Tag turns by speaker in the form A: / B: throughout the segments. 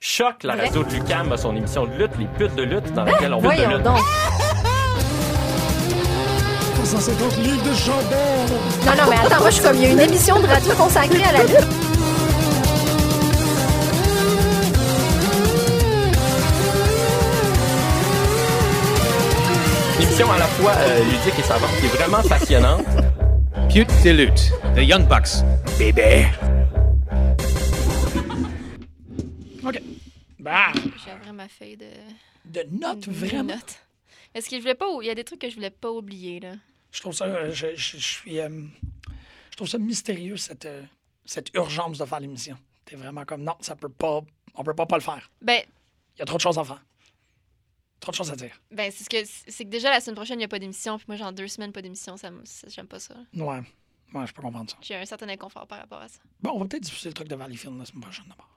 A: Choc, la
B: Vrai.
A: radio de Lucam a son émission de lutte, les putes de lutte, dans laquelle on va de
B: Ben, Voyons
A: lutte.
B: donc.
C: 350 livres de chandelle.
B: Non, non, mais attends, moi, je suis comme, il y a une émission de radio consacrée à la lutte.
A: Une émission à la fois euh, ludique et savante qui est vraiment passionnante.
D: Pute de lutte, The Young Bucks. Bébé.
E: OK. Bah,
F: J'ai ouvert ma feuille de,
E: de notes,
F: de
E: Ah, vraiment.
F: notes. Parce que je voulais pas... ou- Il y a des trucs que je voulais pas oublier, là.
E: Je trouve ça, euh, je, je- je suis, euh, je trouve ça mystérieux, cette, euh, cette urgence de faire l'émission. T'es vraiment comme, non, ça peut pas, on peut pas pas le faire.
F: Ben,
E: Il y a trop de choses à faire. Trop de choses à dire.
F: ben c'est ce que c'est que déjà, la semaine prochaine, il n'y a pas d'émission. Puis moi, j'ai en deux semaines, pas d'émission. Ça, me- ça- J'aime pas ça.
E: Ouais, ouais, je peux comprendre ça.
F: J'ai un certain inconfort par rapport à ça.
E: Bon, on va peut-être diffuser le truc de Valleyfield la semaine prochaine d'abord.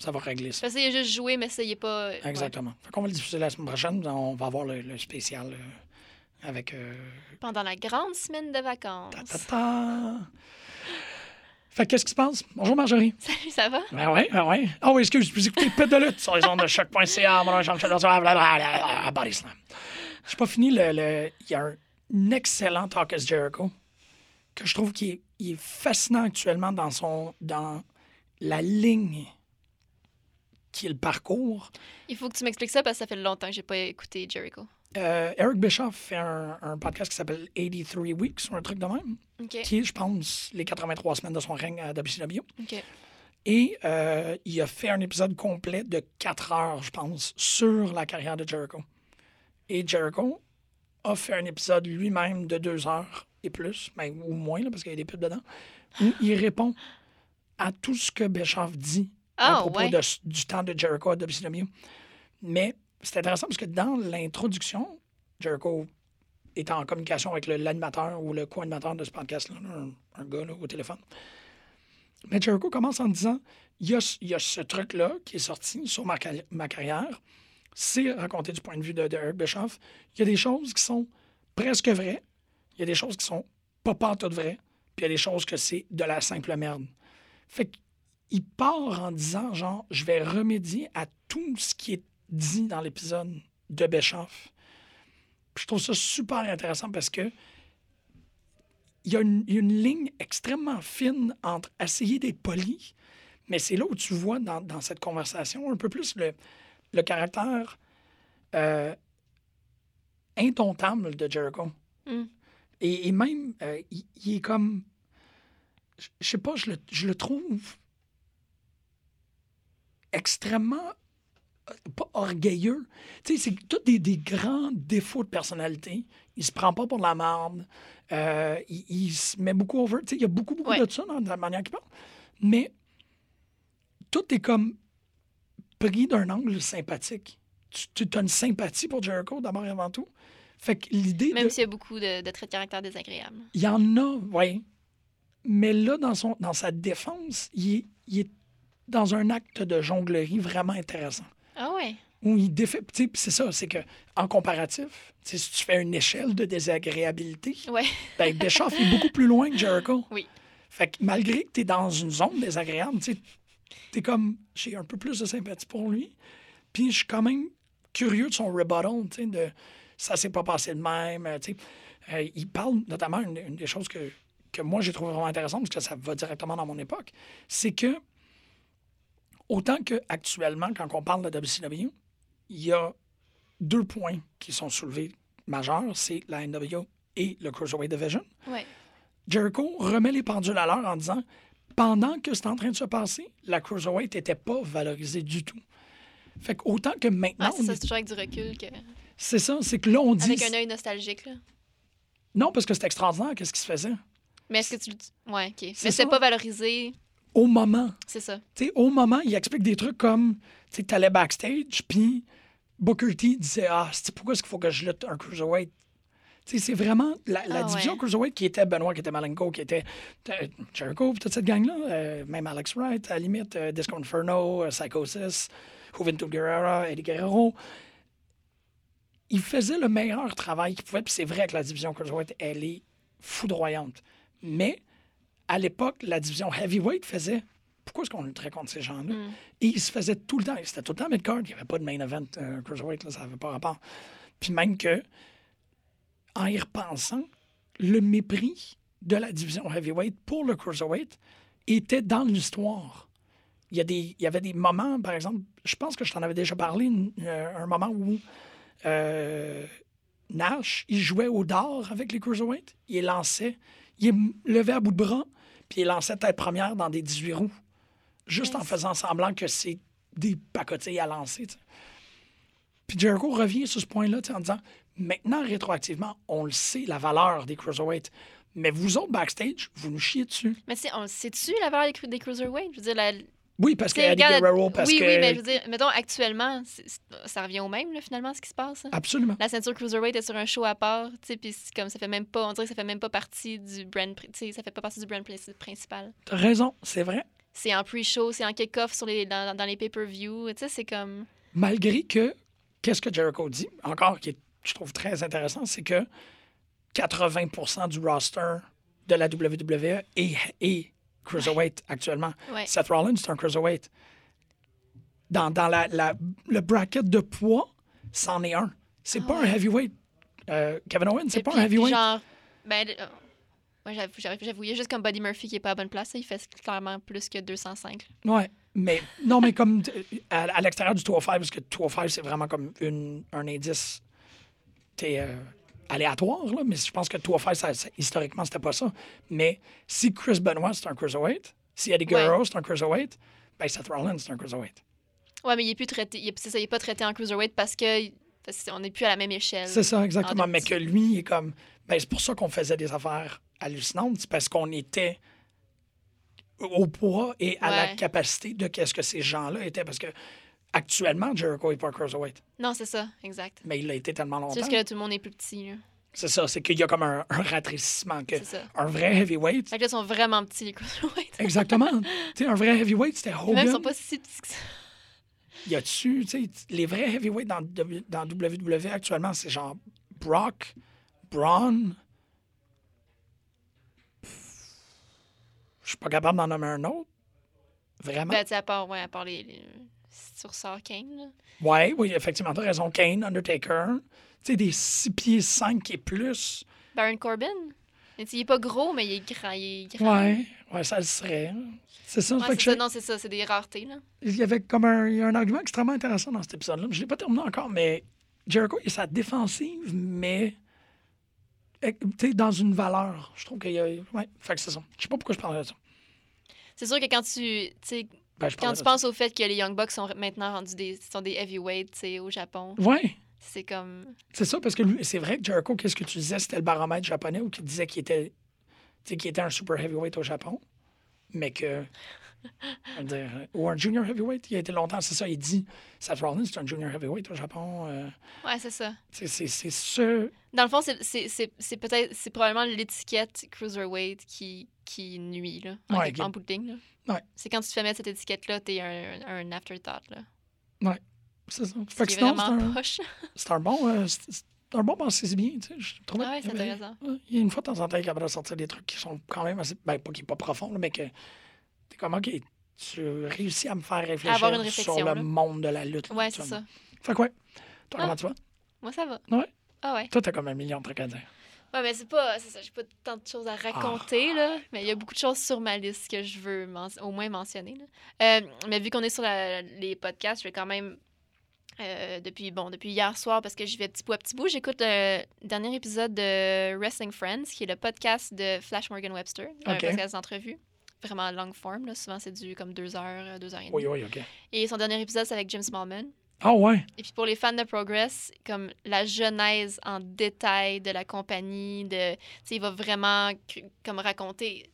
E: Ça va régler ça.
F: Parce que c'est juste jouer, mais essayez pas... euh, ouais.
E: Exactement. Fait qu'on va le diffuser la semaine prochaine. On va avoir le, le spécial euh, avec. euh,
F: Pendant la grande semaine de vacances.
E: ta, ta, ta. Fait que qu'est-ce qui se passe? Bonjour Marjorie.
F: Salut, ça va?
E: Ben oui, ben oui. Ah oui, excuse, vous écoutez Pète de lutte sur les ondes de choc.ca, mon nom est Jean-Michel Dorsoir, blablabla, Body Slam. J'ai pas fini le. le- Il y a un excellent Talk is Jericho que je trouve qui est, il est fascinant actuellement dans son. dans la ligne qui est le parcours.
F: Il faut que tu m'expliques ça parce que ça fait longtemps que j'ai pas écouté Jericho.
E: Euh, Eric Bischoff fait un, un podcast qui s'appelle 83 Weeks ou un truc de même,
F: OK.
E: qui est, je pense, les 83 semaines de son règne à WCW.
F: OK.
E: Et euh, il a fait un épisode complet de 4 heures, je pense, sur la carrière de Jericho. Et Jericho a fait un épisode lui-même de 2 heures et plus, mais ou moins, là, parce qu'il y a des pubs dedans, où il répond à tout ce que Bischoff dit à
F: Ah,
E: propos
F: ouais.
E: de- du temps de Jericho à WCW. Mais c'est intéressant parce que dans l'introduction, Jericho est en communication avec le- l'animateur ou le co-animateur de ce podcast-là, là, un, un gars là, au téléphone. Mais Jericho commence en disant il y a, ce- il y a ce truc-là qui est sorti sur ma, cal- ma carrière. C'est raconté du point de vue de, de Eric Bischoff. Il y a des choses qui sont presque vraies. Il y a des choses qui sont pas toutes vraies. Puis il y a des choses que c'est de la simple merde. Fait que il part en disant genre je vais remédier à tout ce qui est dit dans l'épisode de Béchoff. Puis Je trouve ça super intéressant parce que il y a une, il y a une ligne extrêmement fine entre essayer d'être poli, mais c'est là où tu vois dans, dans cette conversation un peu plus le, le caractère euh, indomptable de Jericho.
F: Mm.
E: Et, et même, euh, il, il est comme. je- Je sais pas, je le, je le trouve extrêmement euh, pas orgueilleux. Tu sais, c'est tous des, des grands défauts de personnalité. Il se prend pas pour de la merde. Euh, il, il se met beaucoup over. Tu sais, il y a beaucoup, beaucoup
F: Ouais.
E: de ça dans, dans la manière qu'il parle. Mais tout est comme pris d'un angle sympathique. Tu, tu as une sympathie pour Jericho d'abord et avant tout. Fait que l'idée de...
F: Même s'il y a beaucoup de, de traits de caractère désagréables.
E: Il y en a, oui. Mais là, dans, son, dans sa défense, il est, il est dans un acte de jonglerie vraiment intéressant.
F: Ah ouais.
E: Où il défait. tu sais, puis C'est ça, c'est que en comparatif, tu sais, si tu fais une échelle de désagréabilité,
F: Ouais.
E: ben, Bischoff est beaucoup plus loin que Jericho.
F: Oui.
E: Fait que malgré que tu es dans une zone désagréable, tu es comme j'ai un peu plus de sympathie pour lui. Puis je suis quand même curieux de son rebuttal, tu sais, de ça s'est pas passé de même. euh, tu sais. Euh, il parle notamment une, une des choses que, que moi j'ai trouvé vraiment intéressante, parce que ça va directement dans mon époque, c'est que autant que actuellement, quand on parle de WCW, il y a deux points qui sont soulevés majeurs, c'est la NWO et le Cruiserweight Division.
F: Ouais.
E: Jericho remet les pendules à l'heure en disant pendant que c'est en train de se passer, la Cruiserweight n'était pas valorisée du tout. Fait que autant que maintenant,
F: Ah, c'est
E: on
F: ça,
E: est-
F: c'est toujours avec du recul. Que...
E: c'est ça, c'est que là on dit
F: Avec un œil nostalgique, là.
E: non parce que c'est extraordinaire qu'est-ce qui se faisait
F: Mais est-ce que tu le. Ouais, OK.
E: C'est
F: Mais c'est
E: ça.
F: pas valorisé.
E: au moment.
F: C'est ça.
E: Tu sais, au moment, il explique des trucs comme tu allais backstage puis Booker T disait ah c'est pourquoi est-ce qu'il faut que je lutte un cruiserweight. Tu sais, c'est vraiment la, la
F: Ah
E: division
F: ouais.
E: cruiserweight qui était Benoit, qui était Malenko, qui était euh, Jericho, puis toute cette gang-là, euh, même Alex Wright, à la limite, euh, Disco Inferno, euh, Psychosis, Juventud Guerrera, Eddie Guerrero. Il faisait le meilleur travail qu'il pouvait, puis c'est vrai que la division cruiserweight, elle est foudroyante. Mais à l'époque, la division heavyweight faisait pourquoi est-ce qu'on est très contre ces gens-là? Et ils se faisaient tout le temps, c'était tout le temps mid-card, il n'y avait pas de main event euh, cruiserweight, là, ça n'avait pas rapport. Puis même que, en y repensant, le mépris de la division heavyweight pour le cruiserweight était dans l'histoire. Il y, a des, il y avait des moments, par exemple, je pense que je t'en avais déjà parlé, une- euh, un moment où euh, Nash, il jouait au dard avec les cruiserweights, il les lançait, il les levait à bout de bras, puis il lançait tête première dans des 18 roues, juste en faisant semblant que c'est des pacotilles à lancer. tu sais. Puis Jericho revient sur ce point-là tu sais, en disant maintenant, rétroactivement, on le sait, la valeur des cruiserweights. Mais vous autres, backstage, vous nous chiez dessus.
F: Mais c'est, on sait-tu la valeur des, cru- des cruiserweight? Je veux dire, la,
E: Oui, parce que
F: t'sais,
E: Eddie
F: regarde,
E: Guerrero, parce
F: oui,
E: que.
F: oui, mais je veux dire, mettons, actuellement, c'est- c'est- ça revient au même, là, finalement, ce qui se passe. hein.
E: Absolument.
F: La ceinture cruiserweight est sur un show à part, tu sais, puis c'est comme ça fait même pas, on dirait que ça fait même pas partie du brand, pri- tu sais, ça fait pas partie du brand pli- principal.
E: T'as raison, c'est vrai.
F: C'est en pre-show, c'est en kick-off sur les, dans, dans- dans les pay-per-view, tu sais, c'est comme...
E: Malgré que, qu'est-ce que Jericho dit, encore, qui est, je trouve très intéressant, c'est que 80 du roster de la WWE est, est Cruiserweight actuellement.
F: Ouais.
E: Seth Rollins, c'est un Cruiserweight. Dans, dans la, la- le bracket de poids, c'en est un. C'est pas un heavyweight. Euh, Kevin Owens, c'est
F: Ah Et
E: pas
F: puis-
E: un heavyweight.
F: Genre, ben, le- euh, moi, j'avoue, j'avoue, j'avoue, il y a juste comme Buddy Murphy qui est pas à bonne place, là, il fait clairement plus que 205. là.
E: Ouais, mais non, mais comme t- à, à l'extérieur du 205, parce que 205, c'est vraiment comme une, un indice t'es, euh, aléatoire, là, mais je pense que 205, ça, ça- historiquement, c'était pas ça. Mais si Chris Benoit, c'est un cruiserweight, si Eddie Guerrero, c'est un cruiserweight, ben Seth Rollins, c'est un cruiserweight.
F: Ouais, mais il est plus traité, il est, c'est ça, il est pas traité en cruiserweight parce que parce qu'on n'est plus à la même échelle.
E: C'est ça, exactement.
F: Euh, en deux
E: Mais
F: petits.
E: que lui, il est comme. Ben, c'est pour ça qu'on faisait des affaires hallucinantes, c'est parce qu'on était au poids et à la
F: Ouais.
E: capacité de qu'est-ce que ces gens-là étaient. Parce que actuellement, Jericho est pas un cruiserweight,
F: Non, c'est ça, exact.
E: mais il l'a été tellement longtemps.
F: C'est juste que là, tout le monde est plus petit. Là.
E: C'est ça, c'est qu'il y a comme un, un ratricissement. Que
F: C'est ça.
E: un vrai heavyweight.
F: Fait que là, ils sont vraiment petits, les cruiserweights.
E: Exactement. tu sais, un vrai heavyweight, c'était
F: Même, ils
E: Hogan.
F: sont pas si petits que ça.
E: Y a-tu, tu sais, les vrais heavyweights dans, W- dans WWE actuellement, c'est genre Brock, Braun. Je suis pas capable d'en nommer un autre. Vraiment?
F: Ben, tu sais, à part, ouais, à part les. les... Si tu ressors Kane, là.
E: Ouais, oui, effectivement, t'as raison. Kane, Undertaker. Tu sais, des 6 pieds 5 et plus.
F: Baron Corbin. Mais tu sais, il est pas gros, mais il est grand. Il est grand.
E: Ouais, ouais, ça le serait. hein. C'est ça,
F: Ouais,
E: fait que
F: c'est
E: je-
F: ça, non, c'est ça, c'est des raretés, là.
E: il y avait comme un, il y a un argument extrêmement intéressant dans cet épisode-là. Je ne l'ai pas terminé encore, mais Jericho, il est sa défensive, mais eh, tu sais, dans une valeur. Je trouve qu'il y a. Ouais, fait que c'est ça. Je sais pas pourquoi je parlais de ça.
F: C'est sûr que quand tu. tu sais,
E: Ben, je
F: quand
E: parlais
F: tu
E: de ça.
F: penses au fait que les Young Bucks sont maintenant rendus des, sont des heavyweights, tu sais, au Japon,
E: Ouais,
F: c'est comme.
E: c'est ça, parce que lui, c'est vrai que Jericho, qu'est-ce que tu disais, c'était le baromètre japonais ou qui disait qu'il était, tu sais, qu'il était un super heavyweight au Japon, mais que. je veux dire, ou un junior heavyweight, il a été longtemps, c'est ça, il dit Seth Rollins, c'est un junior heavyweight au Japon. euh,
F: Ouais, c'est ça.
E: c'est- c'est c'est ce.
F: Dans le fond, c'est- c'est c'est- c'est peut-être. C'est probablement l'étiquette cruiserweight qui, qui nuit, là. En,
E: Ouais,
F: quelque-
E: qui-
F: en bout de ligne, là.
E: Ouais.
F: C'est quand tu te fais mettre cette étiquette-là, t'es un, un afterthought, là.
E: C'est ça.
F: C'est
E: Fait que sinon, c'est
F: vraiment
E: un-
F: poche.
E: c'est un bon euh, c'est c'est un bon pensée c'est bien tu sais je trouvais
F: Ah ouais, c'est
E: qu'il y avait-
F: intéressant.
E: ouais, il y a une fois de temps en temps il est capable de sortir des trucs qui sont quand même assez ben pas qui est pas profond là, mais que t'es comme ok tu réussis à me faire réfléchir
F: avoir une réflexion,
E: sur le
F: là.
E: monde de la lutte
F: Ouais, c'est ça.
E: actuellement. fait que ouais toi
F: Ah.
E: comment tu vas
F: Moi, ça va.
E: Ouais.
F: Ah ouais.
E: toi t'as comme un million de trucs à dire
F: Ouais, mais c'est pas. C'est ça, j'ai pas tant de choses à
E: Ah.
F: raconter, là. Mais il y a beaucoup de choses sur ma liste que je veux men- au moins mentionner, là. Euh, mais vu qu'on est sur la- les podcasts, je vais quand même. euh, depuis bon depuis hier soir parce que j'y vais petit bout à petit bout j'écoute le dernier épisode de Wrestling Friends qui est le podcast de Flash Morgan Webster un
E: Ok.
F: podcast d'entrevue vraiment long form là. souvent c'est du comme deux heures euh, deux heures et demie
E: oui oh. oui ok
F: et son dernier épisode c'est avec Jim Smallman
E: ah ouais
F: et puis pour les fans de Progress, comme la genèse en détail de la compagnie, de, tu sais, il va vraiment cr- comme raconter,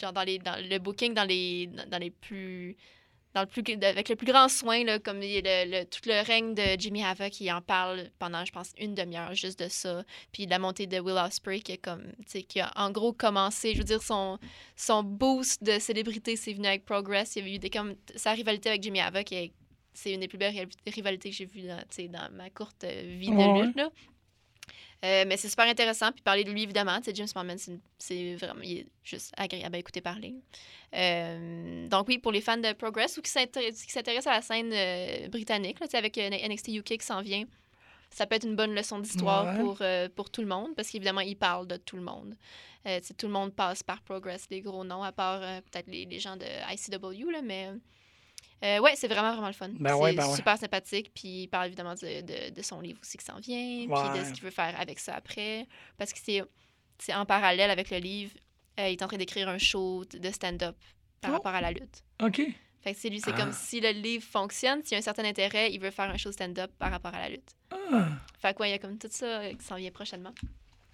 F: genre dans les, dans le booking, dans les, dans, dans les plus, dans le plus, avec le plus grand soin, là, comme il y a le, le- tout le règne de Jimmy Havoc, il en parle pendant, je pense, une demi-heure juste de ça. Puis la montée de Will Ospreay qui, est comme, tu sais, qui a en gros commencé, je veux dire, son, son boost de célébrité, c'est venu avec Progress. Il y avait eu des, comme, sa rivalité avec Jimmy Havoc est c'est une des plus belles rival- rivalités que j'ai vues dans, tu sais, dans ma courte euh, vie de
E: Ouais,
F: lutte. Là. Euh, mais c'est super intéressant. Puis parler de lui, évidemment. Tu sais, James Mormon, c'est- c'est vraiment. Il est juste agréable à écouter parler. Euh, donc, oui, pour les fans de Progress ou qui s'intéressent qui s'intéressent à la scène euh, britannique, là, tu sais, avec euh, NXT UK qui s'en vient, ça peut être une bonne leçon d'histoire
E: Ouais.
F: pour, euh, pour tout le monde, parce qu'évidemment, il parle de tout le monde. Euh, tu sais, tout le monde passe par Progress, les gros noms, à part euh, peut-être les, les gens de ICW, là, mais. euh, ouais, c'est vraiment, vraiment le fun.
E: Ben
F: c'est
E: ouais, ben ouais.
F: super sympathique. Puis il parle évidemment de, de- de son livre aussi qui s'en vient, puis
E: Ouais.
F: de ce qu'il veut faire avec ça après. Parce que c'est c'est en parallèle avec le livre, euh, il est en train d'écrire un show de stand-up par
E: Oh.
F: rapport à la lutte.
E: OK.
F: Fait que c'est lui, c'est
A: Ah.
F: comme si le livre fonctionne, s'il y a un certain intérêt, il veut faire un show de stand-up par rapport à la lutte.
E: Ah.
F: Fait quoi, il y a comme tout ça euh, qui s'en vient prochainement.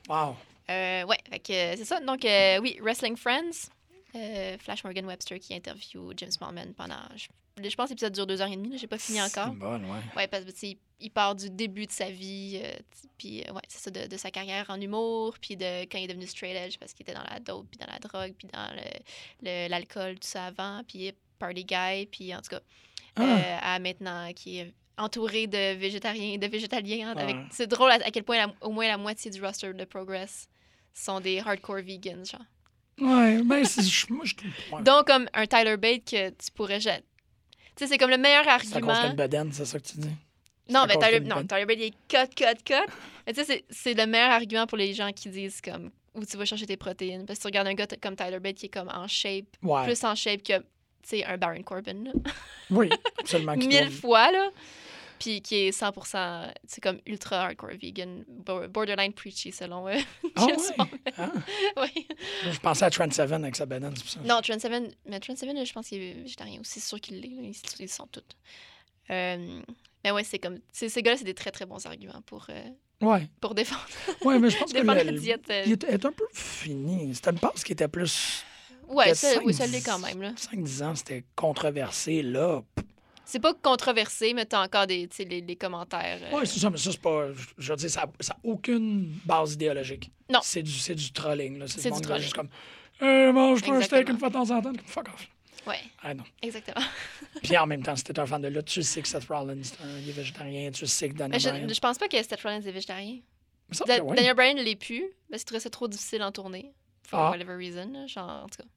E: Wow.
F: Euh, ouais, fait que euh, c'est ça. Donc, euh, oui, Wrestling Friends, euh, Flash Morgan Webster qui interview James Smallman pendant. Je, je pense que l'épisode dure deux heures et demie, là, j'ai pas fini encore.
A: C'est bon, ouais.
F: Ouais, parce que tu sais, il part du début de sa vie, euh, t- puis euh, ouais, c'est ça, de, de sa carrière en humour, puis de quand il est devenu straight edge parce qu'il était dans la dope, puis dans la drogue, puis dans le- le- l'alcool, tout ça avant, puis party guy, puis en tout cas,
E: Ah.
F: euh, à maintenant qui est entouré de végétariens, de végétaliens. hein,
E: Ouais.
F: avec- C'est drôle à, à quel point la- au moins la moitié du roster de Progress sont des hardcore vegans, genre.
E: Ouais, ben, c'est- je- moi, je trouve. ouais.
F: Donc, comme un Tyler Bate que tu pourrais... ja- Tu sais, c'est comme le meilleur
E: C'est à cause de
F: argument...
E: notre bedaine, c'est ça que tu dis.
F: Non,
E: à
F: mais
E: cause
F: Tyler,
E: d'une
F: non,
E: bonne-
F: Tyler Bate, il est cut, cut, cut. Mais tu sais, c'est- c'est le meilleur argument pour les gens qui disent comme où tu vas chercher tes protéines. Parce que tu regardes un gars t- comme Tyler Bate qui est comme en shape,
E: Ouais.
F: plus en shape que, tu sais, un Baron Corbin, là.
E: Oui, absolument. qu'il
F: mille
E: doit-
F: fois, là. Puis qui est 100%, c'est comme ultra hardcore vegan, bo- borderline preachy selon eux.
E: Ah ouais?
F: James Bond.
E: Ah,
F: Ouais.
E: je pensais à Trent Seven avec sa banane, c'est pour ça.
F: Non, Trent Seven, mais Trent Seven, je pense qu'il est végétarien aussi, c'est sûr qu'il l'est, là. ils, ils sont tous. Euh, mais ouais, c'est comme, c'est- ces gars-là, c'est des très très bons arguments pour, euh,
E: Ouais.
F: pour défendre.
E: ouais, mais je pense que
F: Dépend de la
E: le-
F: diète. euh,
E: il est, est un peu fini. C'était une passe qui était plus.
F: Ouais,
E: que
F: ça, oui, ça
E: 5-10
F: l'est quand même. Là.
E: 5-10 ans, c'était controversé, là.
F: C'est pas controversé, mais t'as encore des, tu sais, les, les commentaires. euh,
E: Ouais, c'est ça, mais ça, c'est pas. je- Je veux dire, ça n'a aucune base idéologique.
F: Non.
E: C'est du, c'est du trolling, là. C'est du
F: C'est du
E: monde qui va
F: trolling.
E: juste comme. Euh, mange-toi un steak
F: Exactement.
E: une fois de temps en temps, comme fuck off.
F: ouais,
E: Ah non.
F: exactement.
E: Puis en même temps, si t'es un fan de lutte, tu sais que Seth Rollins, c'est un- il est végétarien, tu sais que
F: Mais
E: Daniel
F: je,
E: Bryan-
F: je pense pas que Seth Rollins est végétarien.
E: Il me semble
F: Da-
E: que oui.
F: Daniel Bryan ne l'est plus, parce qu'il trouvait ça trop difficile en tournée. For
E: Ah.
F: whatever reason. là, Genre, en tout cas.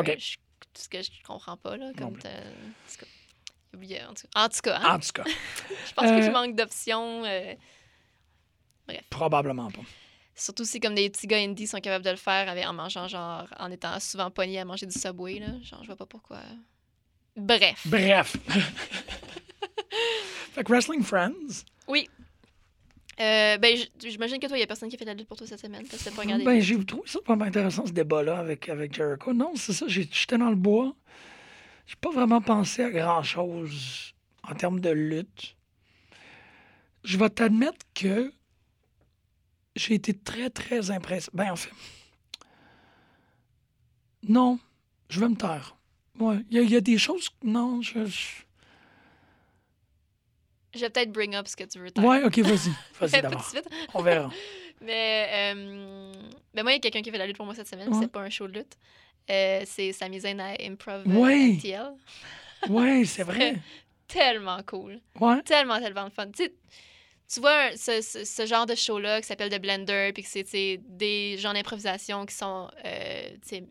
E: Ok.
F: Ouais, je- ce que je comprends pas, là. Comme
E: plus.
F: t'as- en tout cas. Il y a- En tout cas, en tout cas, hein,
E: En tout cas,
F: je pense pas
E: euh,
F: qu'il manque d'options. euh,
E: probablement pas.
F: Surtout si comme des petits gars indie sont capables de le faire avec- en mangeant genre en étant souvent pognés à manger du Subway là, genre je vois pas pourquoi. Bref.
E: Bref. fait que Wrestling Friends.
F: Euh, ben j- j'imagine que toi il y a personne qui a fait de la lutte pour toi cette semaine parce que t'as pas regardé.
E: Ben, j'ai trouvé ça vraiment intéressant, ce débat-là avec, avec Jericho. Non, c'est ça, j'ai- j'étais dans le bois. J'ai pas vraiment pensé à grand-chose en termes de lutte. Je vais t'admettre que j'ai été très, très impressionné. Ben, en fait, non, je vais me taire. Ouais, il y, a- il y a des choses. Non, je. je-
F: Je vais peut-être bring up ce que tu veux.
E: Ouais, ok, vas-y.
F: Mais
E: Vas-y
F: pas tout de
E: d'abord.
F: suite.
E: On verra.
F: Mais euh, ben moi il y a quelqu'un qui a fait de la lutte pour moi cette semaine,
E: Ouais.
F: c'est pas un show de lutte. Euh, c'est Sami Zayn à Improv euh,
E: Ouais.
F: RTL.
E: Ouais, c'est vrai.
F: Tellement cool.
E: Ouais.
F: tellement, tellement le fun. Tu sais, tu vois un- ce, ce- ce genre de show-là qui s'appelle The Blender, puis que c'est tu sais, des gens d'improvisation qui sont, euh, tu sais,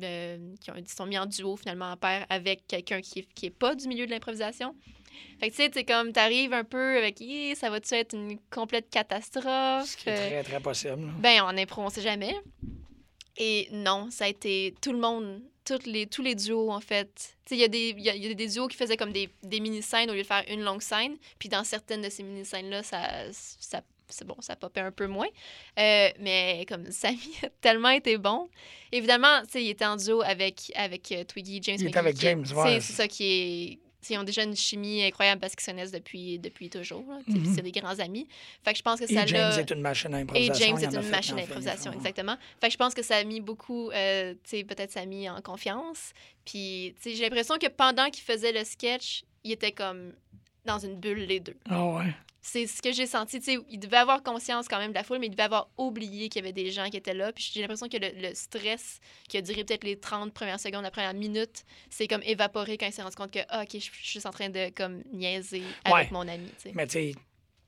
F: euh, qui, ont- qui sont mis en duo finalement en paire avec quelqu'un qui n'est qui est pas du milieu de l'improvisation. Fait que tu sais, c'est comme t'arrives un peu avec Hi, ça va-tu être une complète catastrophe? Euh,
E: Ce qui est très, très possible. là.
F: Ben, en impro, on sait jamais. Et non, ça a été tout le monde, toutes les, tous les duos, en fait. Tu sais, il y, a des- il y a, il y a des duos qui faisaient comme des, des mini-scènes au lieu de faire une longue scène. Puis dans certaines de ces mini-scènes-là, ça, ça, c'est bon, ça popait un peu moins. Euh, mais comme Samy a tellement été bon. Évidemment, tu sais, il était en duo avec, avec euh, Twiggy, James
E: Il était
F: McGee,
E: avec
F: qui est-
E: James,
F: tu sais,
E: ouais.
F: C'est ça qui est... tu sais, Ils ont déjà une chimie incroyable parce qu'ils se connaissent depuis, depuis toujours. là. Tu sais,
E: Mhm.
F: puis C'est des grands amis. Fait que je pense que ça
E: Et James
F: l'a-
E: est une machine à
F: et
E: improvisation.
F: James
E: il en
F: est
E: a
F: une
E: fait,
F: machine
E: il en fait,
F: à
E: il en
F: improvisation,
E: fait.
F: exactement. Fait que je pense que ça a mis beaucoup, euh, tu sais, peut-être ça a mis en confiance. Puis, tu sais, j'ai l'impression que pendant qu'il faisait le sketch, il était comme dans une bulle, les deux.
E: Ah ouais.
F: C'est ce que j'ai senti. Tu sais, il devait avoir conscience quand même de la foule, mais il devait avoir oublié qu'il y avait des gens qui étaient là. Puis j'ai l'impression que le, le stress qui a duré peut-être les 30 premières secondes, la première minute, c'est comme évaporé quand il s'est rendu compte que, ah, OK, je je suis juste en train de, comme, niaiser avec
E: Ouais.
F: mon ami, tu sais.
E: Mais tu sais,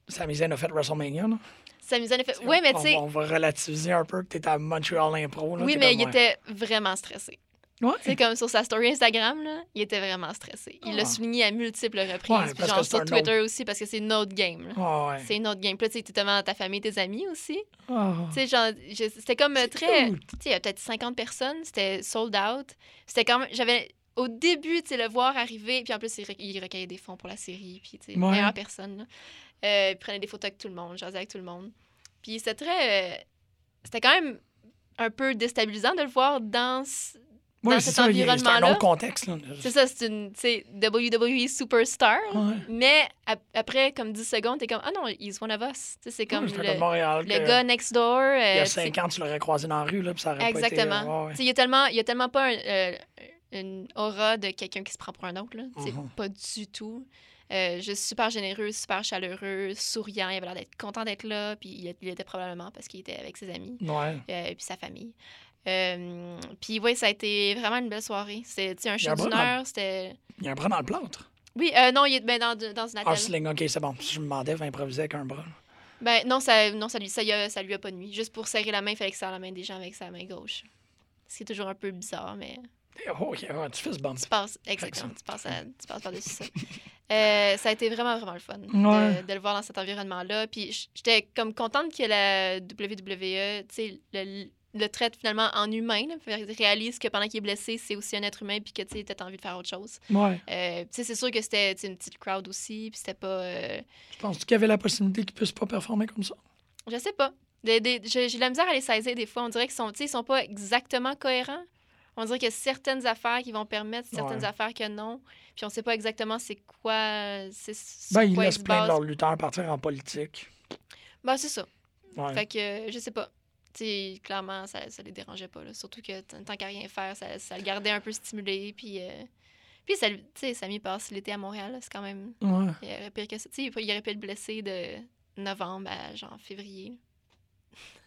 E: Sami Zayn a fait WrestleMania. Là.
F: Sami Zayn a fait. Oui, mais
E: On-
F: tu sais.
E: On va relativiser un peu que t'es à Montreal Impro. Là,
F: Oui,
E: t'es
F: mais
E: comme,
F: il était vraiment stressé.
E: Ouais.
F: Tu sais, comme sur sa story Instagram, là, il était vraiment stressé. Il l'a
E: Ah.
F: souligné à multiples reprises.
E: Ouais,
F: puis
E: parce
F: genre
E: que c'est
F: sur
E: un
F: Twitter aussi, parce que c'est notre game. là.
E: Ah Ouais, ouais.
F: C'est une autre game. Puis là, tu sais, t'es tellement dans ta famille, tes amis aussi.
E: Ah.
F: Tu sais, genre, je- c'était comme euh, très. Tu
E: cute.
F: sais, il y a peut-être 50 personnes, c'était sold out. C'était quand même. J'avais. Au début, tu sais, le voir arriver, puis en plus, il, re- il recueillait des fonds pour la série, puis, tu sais,
E: Ouais.
F: meilleure personne. là. Euh, il prenait des photos avec tout le monde, jasait avec tout le monde. Puis c'était très. euh, c'était quand même un peu déstabilisant de le voir dans. ce-
E: Ouais,
F: dans
E: c'est
F: cet
E: ça, il y a- C'est un
F: environnement-là.
E: autre contexte. Là.
F: C'est ça, c'est une, tu sais, WWE superstar.
E: Ouais.
F: Mais ap- après, comme 10 secondes, t'es comme, ah non, he's one of us. Tu sais, c'est comme.
E: Ouais, c'était
F: le-
E: comme Montréal.
F: le
E: que
F: gars next door.
E: Il y
F: euh,
E: a
F: tu sais,
E: 5 ans, tu l'aurais croisé dans la rue, là, puis ça aurait pas été, euh,
F: Exactement.
E: ouais,
F: Tu
E: ouais.
F: sais, Il y a tellement, il y a tellement pas un, euh, une aura de quelqu'un qui se prend pour un autre. là. Tu sais,
E: Mhm.
F: Pas du tout. Euh, juste super généreux, super chaleureux, souriant. Il avait l'air d'être content d'être là. Puis il, il était probablement parce qu'il était avec ses amis
E: Ouais.
F: euh, et puis sa famille. Euh, puis oui, ça a été vraiment une belle soirée. C'était tu sais, un
E: y a
F: show
E: un bras
F: d'une
E: dans-
F: heure. C'était.
E: Il y a un bras dans le plâtre.
F: Oui, euh, non, il est ben, dans, dans une
E: Ah,
F: attelle.
E: sling, ok, c'est bon. Je me demandais, je vais improviser avec un bras. là.
F: Ben, non, ça, non ça, lui, ça, y a- ça lui a pas nuit. Juste pour serrer la main, il fallait que ça serre la main des gens avec sa main gauche. Ce qui est toujours un peu bizarre, mais.
E: Oh, ok, ouais, tu fais ce bump.
F: Tu passes, exactement. Tu passes, à- tu passes par-dessus ça. Euh, ça a été vraiment, vraiment le fun de-
E: Ouais.
F: de, le voir dans cet environnement-là. Puis j- j'étais comme contente que la WWE, tu sais, le, le traite finalement en humain. là. Fait qu'il réalise que pendant qu'il est blessé, c'est aussi un être humain, puis que tu as envie de faire autre chose.
E: Ouais.
F: Euh, tu sais, c'est sûr que c'était tu sais, une petite crowd aussi, puis c'était pas. euh,
E: Je pense qu'il y avait la possibilité qu'il puisse pas performer comme ça.
F: je sais pas. Des- des- J'ai j'ai de la misère à les saisir des fois. On dirait qu'ils sont, tu sais, ils sont pas exactement cohérents. On dirait qu'il y a certaines affaires qui vont permettre, certaines
E: Ouais.
F: affaires que non. Puis on sait pas exactement c'est quoi. C'est sur
E: Ben, ils
F: quoi
E: laissent
F: se
E: plein de
F: basent.
E: leurs lutteurs partir en politique.
F: Ben, c'est ça.
E: Ouais.
F: Fait que euh, je sais pas. Tu sais, clairement, ça, ça les dérangeait pas. là. Surtout que t- tant qu'à rien faire, ça, ça le gardait un peu stimulé. Puis, euh, puis ça, lui- tu sais, Samy passe l'été à Montréal. là. C'est quand même.
E: Ouais.
F: Il aurait pire que ça. Tu sais, il aurait pu le blesser de novembre à genre février.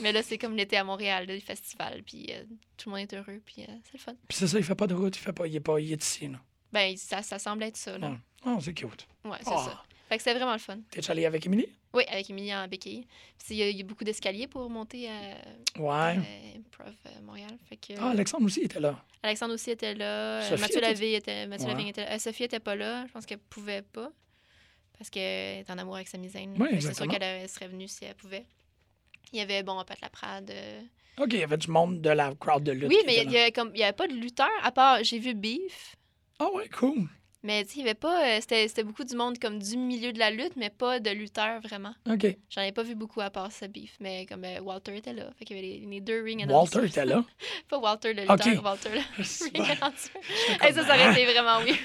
F: Mais là, c'est comme l'été à Montréal, là, le festival, puis euh, tout le monde est heureux, puis euh, c'est le fun.
E: Puis c'est ça, il fait pas de route, il fait pas, il est pas, il est ici, là.
F: Ben, ça, ça semble être ça, là.
E: Non, c'est cute.
F: Ouais, c'est
E: Ah.
F: ça. Fait que c'était vraiment le fun.
E: T'es allé avec Émilie?
F: Oui, avec Emilie en béquille. Puis il y, a- il y a beaucoup d'escaliers pour monter à
E: Ouais.
F: euh, Improv euh, Montréal. Fait que
E: Ah, Alexandre aussi était là.
F: Alexandre aussi était là, euh,
E: Sophie
F: Mathieu
E: était-
F: Lavigne était, Mathieu
E: Ouais.
F: Lavigne était là. Euh, Sophie était pas là, je pense qu'elle pouvait pas. Parce qu'elle est en amour avec Sami Zayn.
E: Ouais,
F: Fait que c'est sûr
E: exactement.
F: qu'elle euh, serait venue si elle pouvait. Il y avait, bon, Pat Laprade. euh,
E: Ok, il y avait du monde de la crowd de lutte.
F: Oui,
E: qui
F: mais
E: était
F: il
E: là.
F: n'y avait, comme- il y avait pas de lutteur, à part, j'ai vu Beef.
E: Ah, ouais, cool.
F: Mais tu sais, il y avait pas. euh, C'était c'était beaucoup du monde comme du milieu de la lutte, mais pas de lutteur vraiment.
E: Ok.
F: J'en ai pas vu beaucoup à part ce Beef. Mais comme euh, Walter était là. Fait qu'il y avait les, les deux ring announcers.
E: Walter était là.
F: Pas Walter le lutteur,
E: Ok.
F: Walter le
E: C'est
F: ring
E: bon.
F: announcer. Hey, ça, ça aurait été vraiment oui.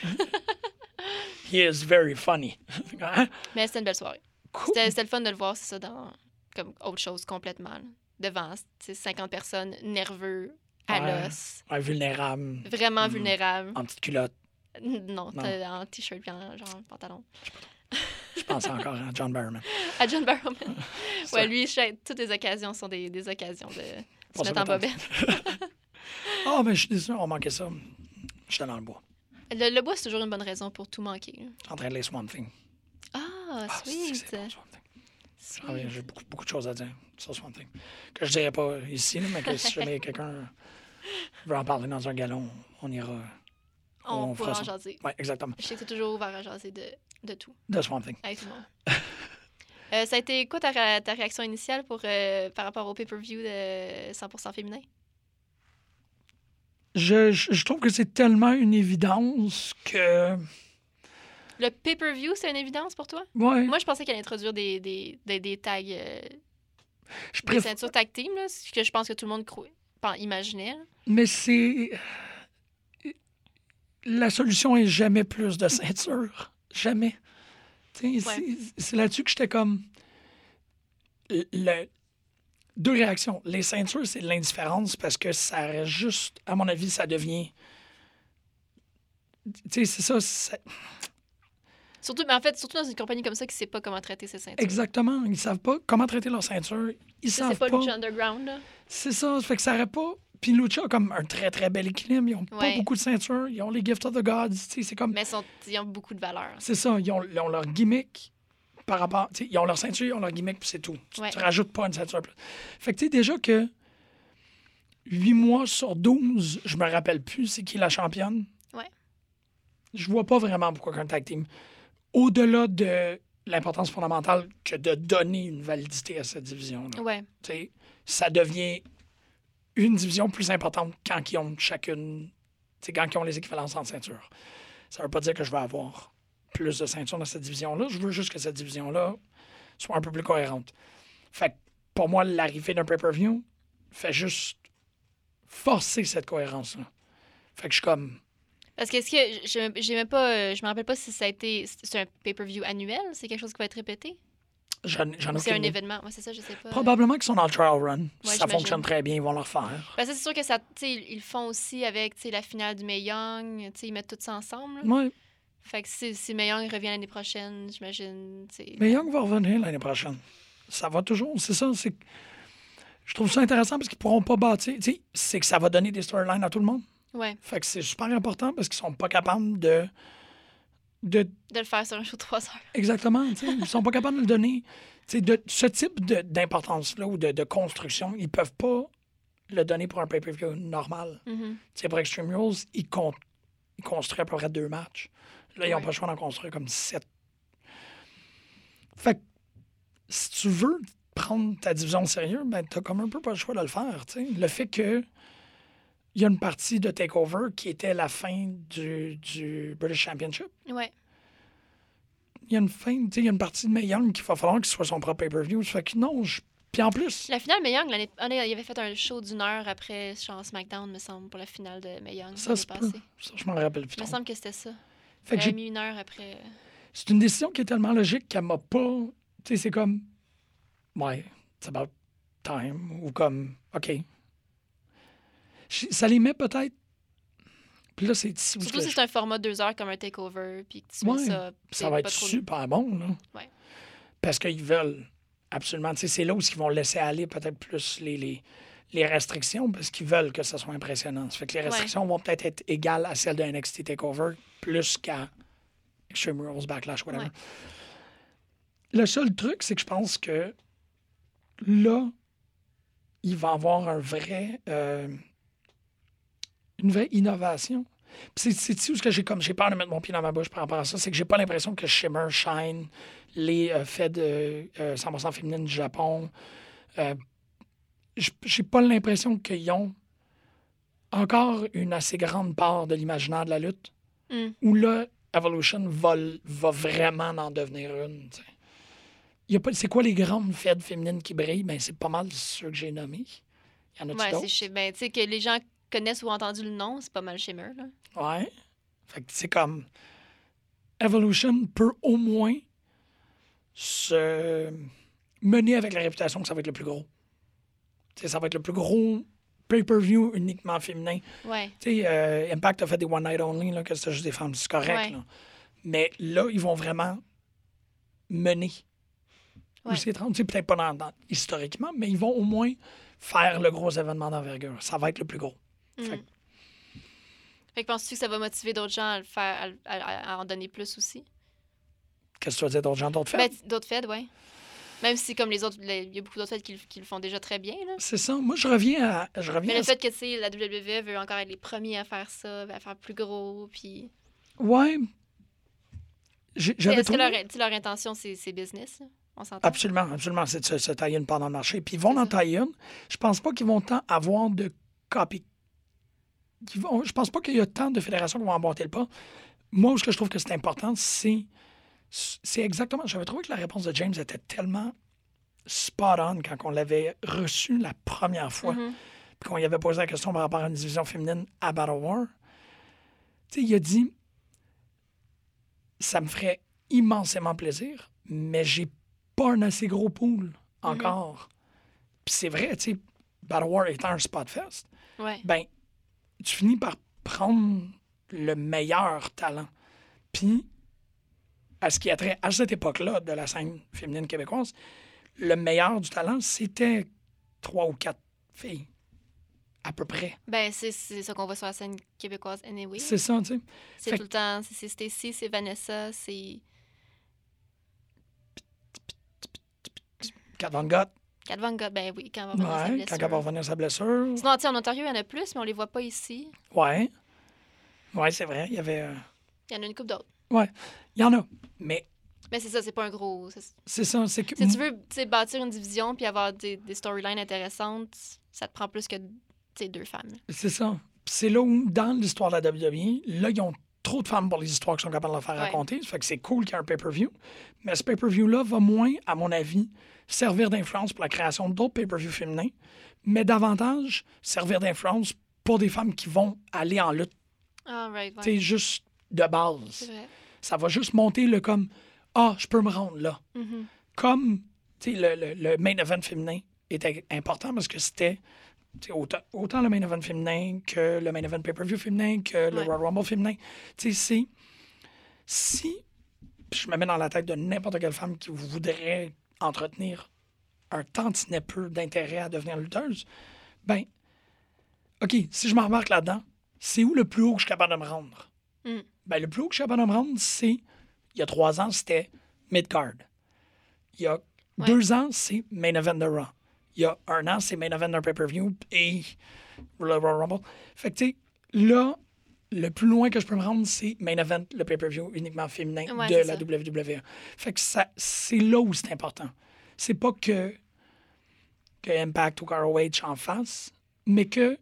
E: He is very funny. Hein?
F: Mais c'était une belle soirée.
E: Cool.
F: C'était c'était le fun de le voir, c'est ça, dans comme autre chose complètement. là. Devant tu sais, 50 personnes, nerveux, à
E: Ouais.
F: l'os,
E: Ouais, vulnérable,
F: vraiment
E: Mm.
F: vulnérable.
E: en petite culotte.
F: Non, t'as- en t-shirt puis en genre, pantalon.
E: Je pensais encore à John Barrowman.
F: À John Barrowman.
E: Ça.
F: ouais, lui, je- toutes les occasions sont des, des occasions de
E: Pour
F: se
E: se
F: mettre en
E: mettre en-
F: bobette.
E: Ah, mais je suis désolé, on manquait ça. J'étais dans le bois,
F: Le, le bois, c'est toujours une bonne raison pour tout manquer. là.
E: en train de les Swamp Thing.
F: Ah,
E: Ah, c'est-
F: sweet.
E: c'est bon, Swamp Thing.
F: Sweet.
E: Ah oui, J'ai beaucoup, beaucoup de choses à dire sur Swamp Thing. Que je dirais pas ici, là, mais que si jamais quelqu'un veut en parler dans un galon, on ira.
F: On,
E: on fera
F: pourra
E: ça.
F: en jaser.
E: Oui, exactement.
F: Je sais que t'es toujours ouvert à jaser de, de tout.
E: De Swamp Thing.
F: avec tout le monde. Euh, ça a été quoi ta, ra- ta réaction initiale pour, euh, par rapport au pay-per-view de 100% féminin?
E: Je, je- je trouve que c'est tellement une évidence que.
F: Le pay-per-view, c'est une évidence pour toi?
E: Ouais,
F: Moi, je pensais qu'elle allait introduire des, des, des, des tags, euh,
E: je
F: des
E: préfère.
F: ceintures tag team, là, ce que je pense que tout le monde crou- pen- imaginait. là.
E: Mais c'est. La solution est jamais plus de ceinture. Jamais. Tu sais,
F: Ouais.
E: c'est- C'est là-dessus que j'étais comme. Le- Deux réactions. Les ceintures, c'est de l'indifférence parce que ça reste juste. À mon avis, ça devient. Tu sais, c'est ça, ça-
F: Surtout, mais en fait, surtout dans une compagnie comme ça qui sait pas comment traiter ses ceintures.
E: Exactement. Ils savent pas comment traiter leur ceinture. Ils
F: Ça,
E: savent
F: C'est pas
E: pas.
F: Lucha Underground, là.
E: C'est ça. Fait que ça aurait pas. Puis Lucha a comme un très, très bel équilibre. Ils ont pas
F: Ouais.
E: beaucoup de ceintures. Ils ont les Gifts of the Gods. Tu sais, c'est comme.
F: mais ils sont- ils ont beaucoup de valeur.
E: C'est ça, ils ont, ils ont leur gimmick. par rapport. tu sais, Ils ont leur ceinture, ils ont leur gimmick, puis c'est tout. Tu,
F: Ouais.
E: tu rajoutes pas une ceinture. plus. Fait que tu sais, déjà que 8 mois sur 12, je me rappelle plus c'est qui la championne.
F: Ouais.
E: Je vois pas vraiment pourquoi qu'un tag team. Au-delà de l'importance fondamentale que de donner une validité à cette division
F: Ouais.
E: ça devient une division plus importante quand ils ont chacune, t'sais, quand ils ont les équivalences en ceinture. Ça veut pas dire que je vais avoir plus de ceintures dans cette division-là. Je veux juste que cette division-là soit un peu plus cohérente. Fait que pour moi, l'arrivée d'un pay-per-view fait juste forcer cette cohérence-là. Fait que je suis comme.
F: Parce que est-ce que je- j'ai même pas, euh, je me rappelle pas si ça a été, c'est un pay-per-view annuel, c'est quelque chose qui va être répété,
E: J'en j'en ai
F: Ou c'est
E: aucune
F: un
E: idée.
F: événement, moi c'est ça, je sais pas.
E: Probablement qu'ils sont dans le trial run. si ça
F: j'imagine.
E: fonctionne très bien, ils vont le refaire.
F: Parce que c'est sûr que ça, tu sais, ils ils font aussi avec, tu sais, la finale du Mae Young, tu sais, ils mettent tout ça ensemble. là.
E: Ouais.
F: Fait que si, si Mae Young revient l'année prochaine, j'imagine, tu sais.
E: Mais Young va revenir l'année prochaine. Ça va toujours. C'est ça. C'est... Je trouve ça intéressant parce qu'ils pourront pas bâtir. Tu sais, c'est que ça va donner des storylines à tout le monde.
F: Ouais,
E: Fait que c'est super important parce qu'ils sont pas capables de. de
F: de le faire sur un show de 3 heures.
E: exactement. tu sais, Ils sont pas capables de le donner. Tu sais, de, ce type de- d'importance-là ou de, de construction, ils peuvent pas le donner pour un pay-per-view normal.
F: Mhm.
E: Tu sais, pour Extreme Rules, ils, con- ils construisent à peu près deux matchs. Là, ils n'ont
F: Ouais.
E: pas le choix d'en construire comme sept. Fait que, si tu veux prendre ta division au sérieux, ben, t'as comme un peu pas le choix de le faire. tu sais. Le fait que il y a une partie de TakeOver qui était la fin du, du British Championship.
F: Ouais,
E: Il y a une fin, tu sais, il y a une partie de Mae Young qu'il va falloir qu'il soit son propre pay-per-view. Fait que non, je- Puis en plus,
F: la finale Mae Young, l'année- on a- il avait fait un show d'une heure après, je pense, SmackDown, me semble, pour la finale de Mae Young.
E: ça
F: l'année
E: se peut.
F: passée.
E: Ça, je m'en rappelle plus
F: Il me
E: trop.
F: semble que c'était ça.
E: Fait que
F: il
E: j'ai
F: a mis une heure après.
E: c'est une décision qui est tellement logique qu'elle m'a pas. Tu sais, c'est comme. Ouais, it's about time. Ou comme, OK. Je- Ça les met peut-être. Puis là, c'est ici où
F: Surtout
E: que
F: si
E: je-
F: c'est un format deux heures comme un takeover, puis que tu
E: Ouais,
F: mets ça.
E: ça va être
F: super.
E: super bon, là.
F: Ouais.
E: Parce qu'ils veulent absolument. Tu sais, c'est là où ils vont laisser aller peut-être plus les, les, les restrictions parce qu'ils veulent que ça soit impressionnant. Ça fait que les restrictions vont peut-être être égales à celles de NXT TakeOver plus qu'à Extreme Rules, Backlash, whatever.
F: Ouais.
E: Le seul truc, c'est que je pense que là, il va avoir un vrai, euh, une vraie innovation. Puis C'est c'est ici où ce que j'ai comme j'ai peur de mettre mon pied dans ma bouche par rapport à ça, c'est que j'ai pas l'impression que Shimmer, Shine, les euh, faits de euh, 100% féminine du Japon, euh, j- j'ai pas l'impression qu'ils ont encore une assez grande part de l'imaginaire de la lutte.
F: Mm.
E: Où là, Evolution va, l- va vraiment en devenir une. tu sais. Il Y a pas, c'est quoi les grandes fêtes féminines qui brillent? Ben, c'est pas mal ceux que j'ai nommés. Il y en a-tu
F: Ouais, c'est
E: d'autres?
F: chez. Ben, tu sais, que les gens connaissent ou ont entendu le nom, c'est pas mal Shimmer, là.
E: Ouais. Fait que c'est comme Evolution peut au moins se mener avec la réputation que ça va être le plus gros. T'sais, ça va être le plus gros pay-per-view uniquement féminin.
F: Ouais.
E: Tu sais, euh, Impact a fait des One Night Only, là, que c'était juste des femmes, c'est correct.
F: Ouais.
E: là. Mais là, ils vont vraiment mener. Ou
F: Ouais.
E: c'est 30, tu sais, peut-être pas dans- dans- historiquement, mais ils vont au moins faire le gros événement d'envergure. Ça va être le plus gros. Fait que-
F: Fait que penses-tu que ça va motiver d'autres gens à, le faire, à le- à, à- à en donner plus aussi?
E: Qu'est-ce que tu vas dire d'autres gens, d'autres fêtes?
F: Ben, t- d'autres fêtes, ouais. Même si, comme les autres, les- il y a beaucoup d'autres fêtes qui, le- qui le font déjà très bien, là.
E: C'est ça. Moi, je reviens à. Je reviens
F: Mais
E: à
F: le
E: ce-
F: fait que, tu sais, la WWE veut encore être les premiers à faire ça, à faire plus gros, puis...
E: Ouais. J'ai- J'avais
F: Est-ce que
E: trouvé.
F: leur, tu sais, leur intention, c'est c'est business, là? On s'entend?
E: Absolument, absolument. C'est de se, se tailler une part dans le marché. Puis ils vont
F: C'est
E: en
F: ça.
E: tailler une. Je pense pas qu'ils vont tant avoir de copy. qu'ils vont- Je pense pas qu'il y a tant de fédérations qui vont emboîter le pas. Moi, ce que je trouve que c'est important, c'est. C'est exactement. J'avais trouvé que la réponse de James était tellement spot on quand on l'avait reçu la première fois.
F: Mhm.
E: puis qu'on y avait posé la question par rapport à une division féminine à Battle War, tu sais, il a dit Ça me ferait immensément plaisir, mais j'ai pas un assez gros pool encore. Puis c'est vrai, tu sais, Battle War étant un spot fest,
F: Ouais.
E: ben, tu finis par prendre le meilleur talent. Puis, à ce qui a trait à cette époque-là de la scène féminine québécoise, le meilleur du talent, c'était trois ou quatre filles, à peu près.
F: Ben, c'est c'est ça qu'on voit sur la scène québécoise, anyway.
E: C'est ça, tu sais.
F: C'est
E: fait-
F: tout le temps, c'est c'est Stacy, c'est Vanessa, c'est...
E: Kat Van Gogh,
F: Kat Von Gogh, ben oui, quand on va revenir à sa
E: ouais, quand
F: blessure.
E: elle va revenir sa blessure.
F: Sinon, tu sais, en Ontario, il y en a plus, mais on les voit pas ici.
E: Ouais. Ouais, c'est vrai, il y avait. euh,
F: Il y en a une coupe d'autres.
E: Ouais, il y en a. Mais
F: Mais c'est ça, c'est pas un gros. c'est-
E: c'est ça, c'est que.
F: Si tu veux tu sais, bâtir une division puis avoir des, des storylines intéressantes, ça te prend plus que tu sais, deux femmes.
E: C'est ça. Puis C'est là où, dans l'histoire de la WWE, là, ils ont trop de femmes pour les histoires qui sont capables de leur faire
F: Ouais.
E: raconter. Ça fait que c'est cool qu'il y ait un pay-per-view. Mais ce pay-per-view-là va moins, à mon avis, servir d'influence pour la création d'autres pay-per-views féminins, mais davantage servir d'influence pour des femmes qui vont aller en lutte.
F: Ah, right, ouais.
E: Tu sais, juste de
F: C'est
E: base.
F: vrai.
E: Ça va juste monter le comme Ah, je peux me rendre là. Comme tu sais, le, le- le main event féminin était important parce que c'était tu sais, autant, autant le main event féminin que le main event pay-per-view féminin que le
F: Ouais.
E: Royal Rumble féminin. Tu sais, c'est- si je me mets dans la tête de n'importe quelle femme qui voudrait entretenir un tantinet peu d'intérêt à devenir lutteuse, ben, OK, si je m'en remarque là-dedans, c'est où le plus haut que je suis capable de me rendre?
F: Mm.
E: Ben, le plus haut que je suis capable de me rendre, c'est, il y a trois ans, c'était mid-card. Il y a deux ans, c'est main event de Raw. Il y a un an, c'est main event d'un pay-per-view et le Royal Rumble. Fait que, tu sais, là, le plus loin que je peux me rendre, c'est main event, le pay-per-view uniquement féminin
F: Ouais,
E: de
F: c'est
E: la
F: ça.
E: WWE. Fait que ça, c'est là où c'est important. C'est pas que, que Impact ou ROH en fassent, mais que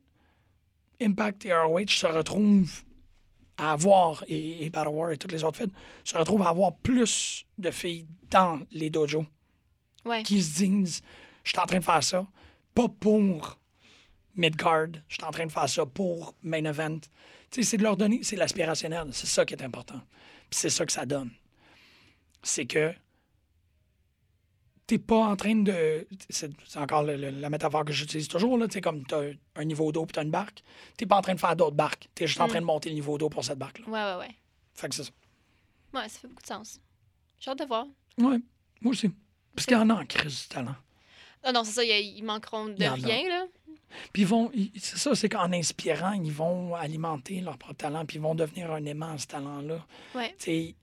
E: Impact et ROH se retrouvent à avoir, et, et Battle War et toutes les autres fêtes, se retrouvent à avoir plus de filles dans les dojos
F: Ouais.
E: qui se disent je suis en train de faire ça, pas pour Midgard, je suis en train de faire ça pour Main Event. Tu sais, c'est de leur donner, c'est l'aspirationnel, c'est ça qui est important. Puis c'est ça que ça donne. C'est que t'es pas en train de. C'est c'est encore le- le- la métaphore que j'utilise toujours, là. Tu sais, comme t'as un niveau d'eau puis t'as une barque, t'es pas en train de faire d'autres barques, t'es juste en train de monter le niveau d'eau pour cette barque-là.
F: Ouais, ouais, ouais.
E: Fait que c'est ça.
F: Ouais, ça fait beaucoup de sens. J'ai hâte de voir.
E: Ouais, moi aussi. Parce qu'il y en a en crise du talent.
F: Ah non, c'est ça, il y a- ils manqueront de
E: Il y en a.
F: rien, là.
E: Puis ils vont, ils- c'est ça, c'est qu'en inspirant, ils vont alimenter leur propre talent, puis ils vont devenir un aimant à ce talent-là.
F: Ouais.
E: Tu sais,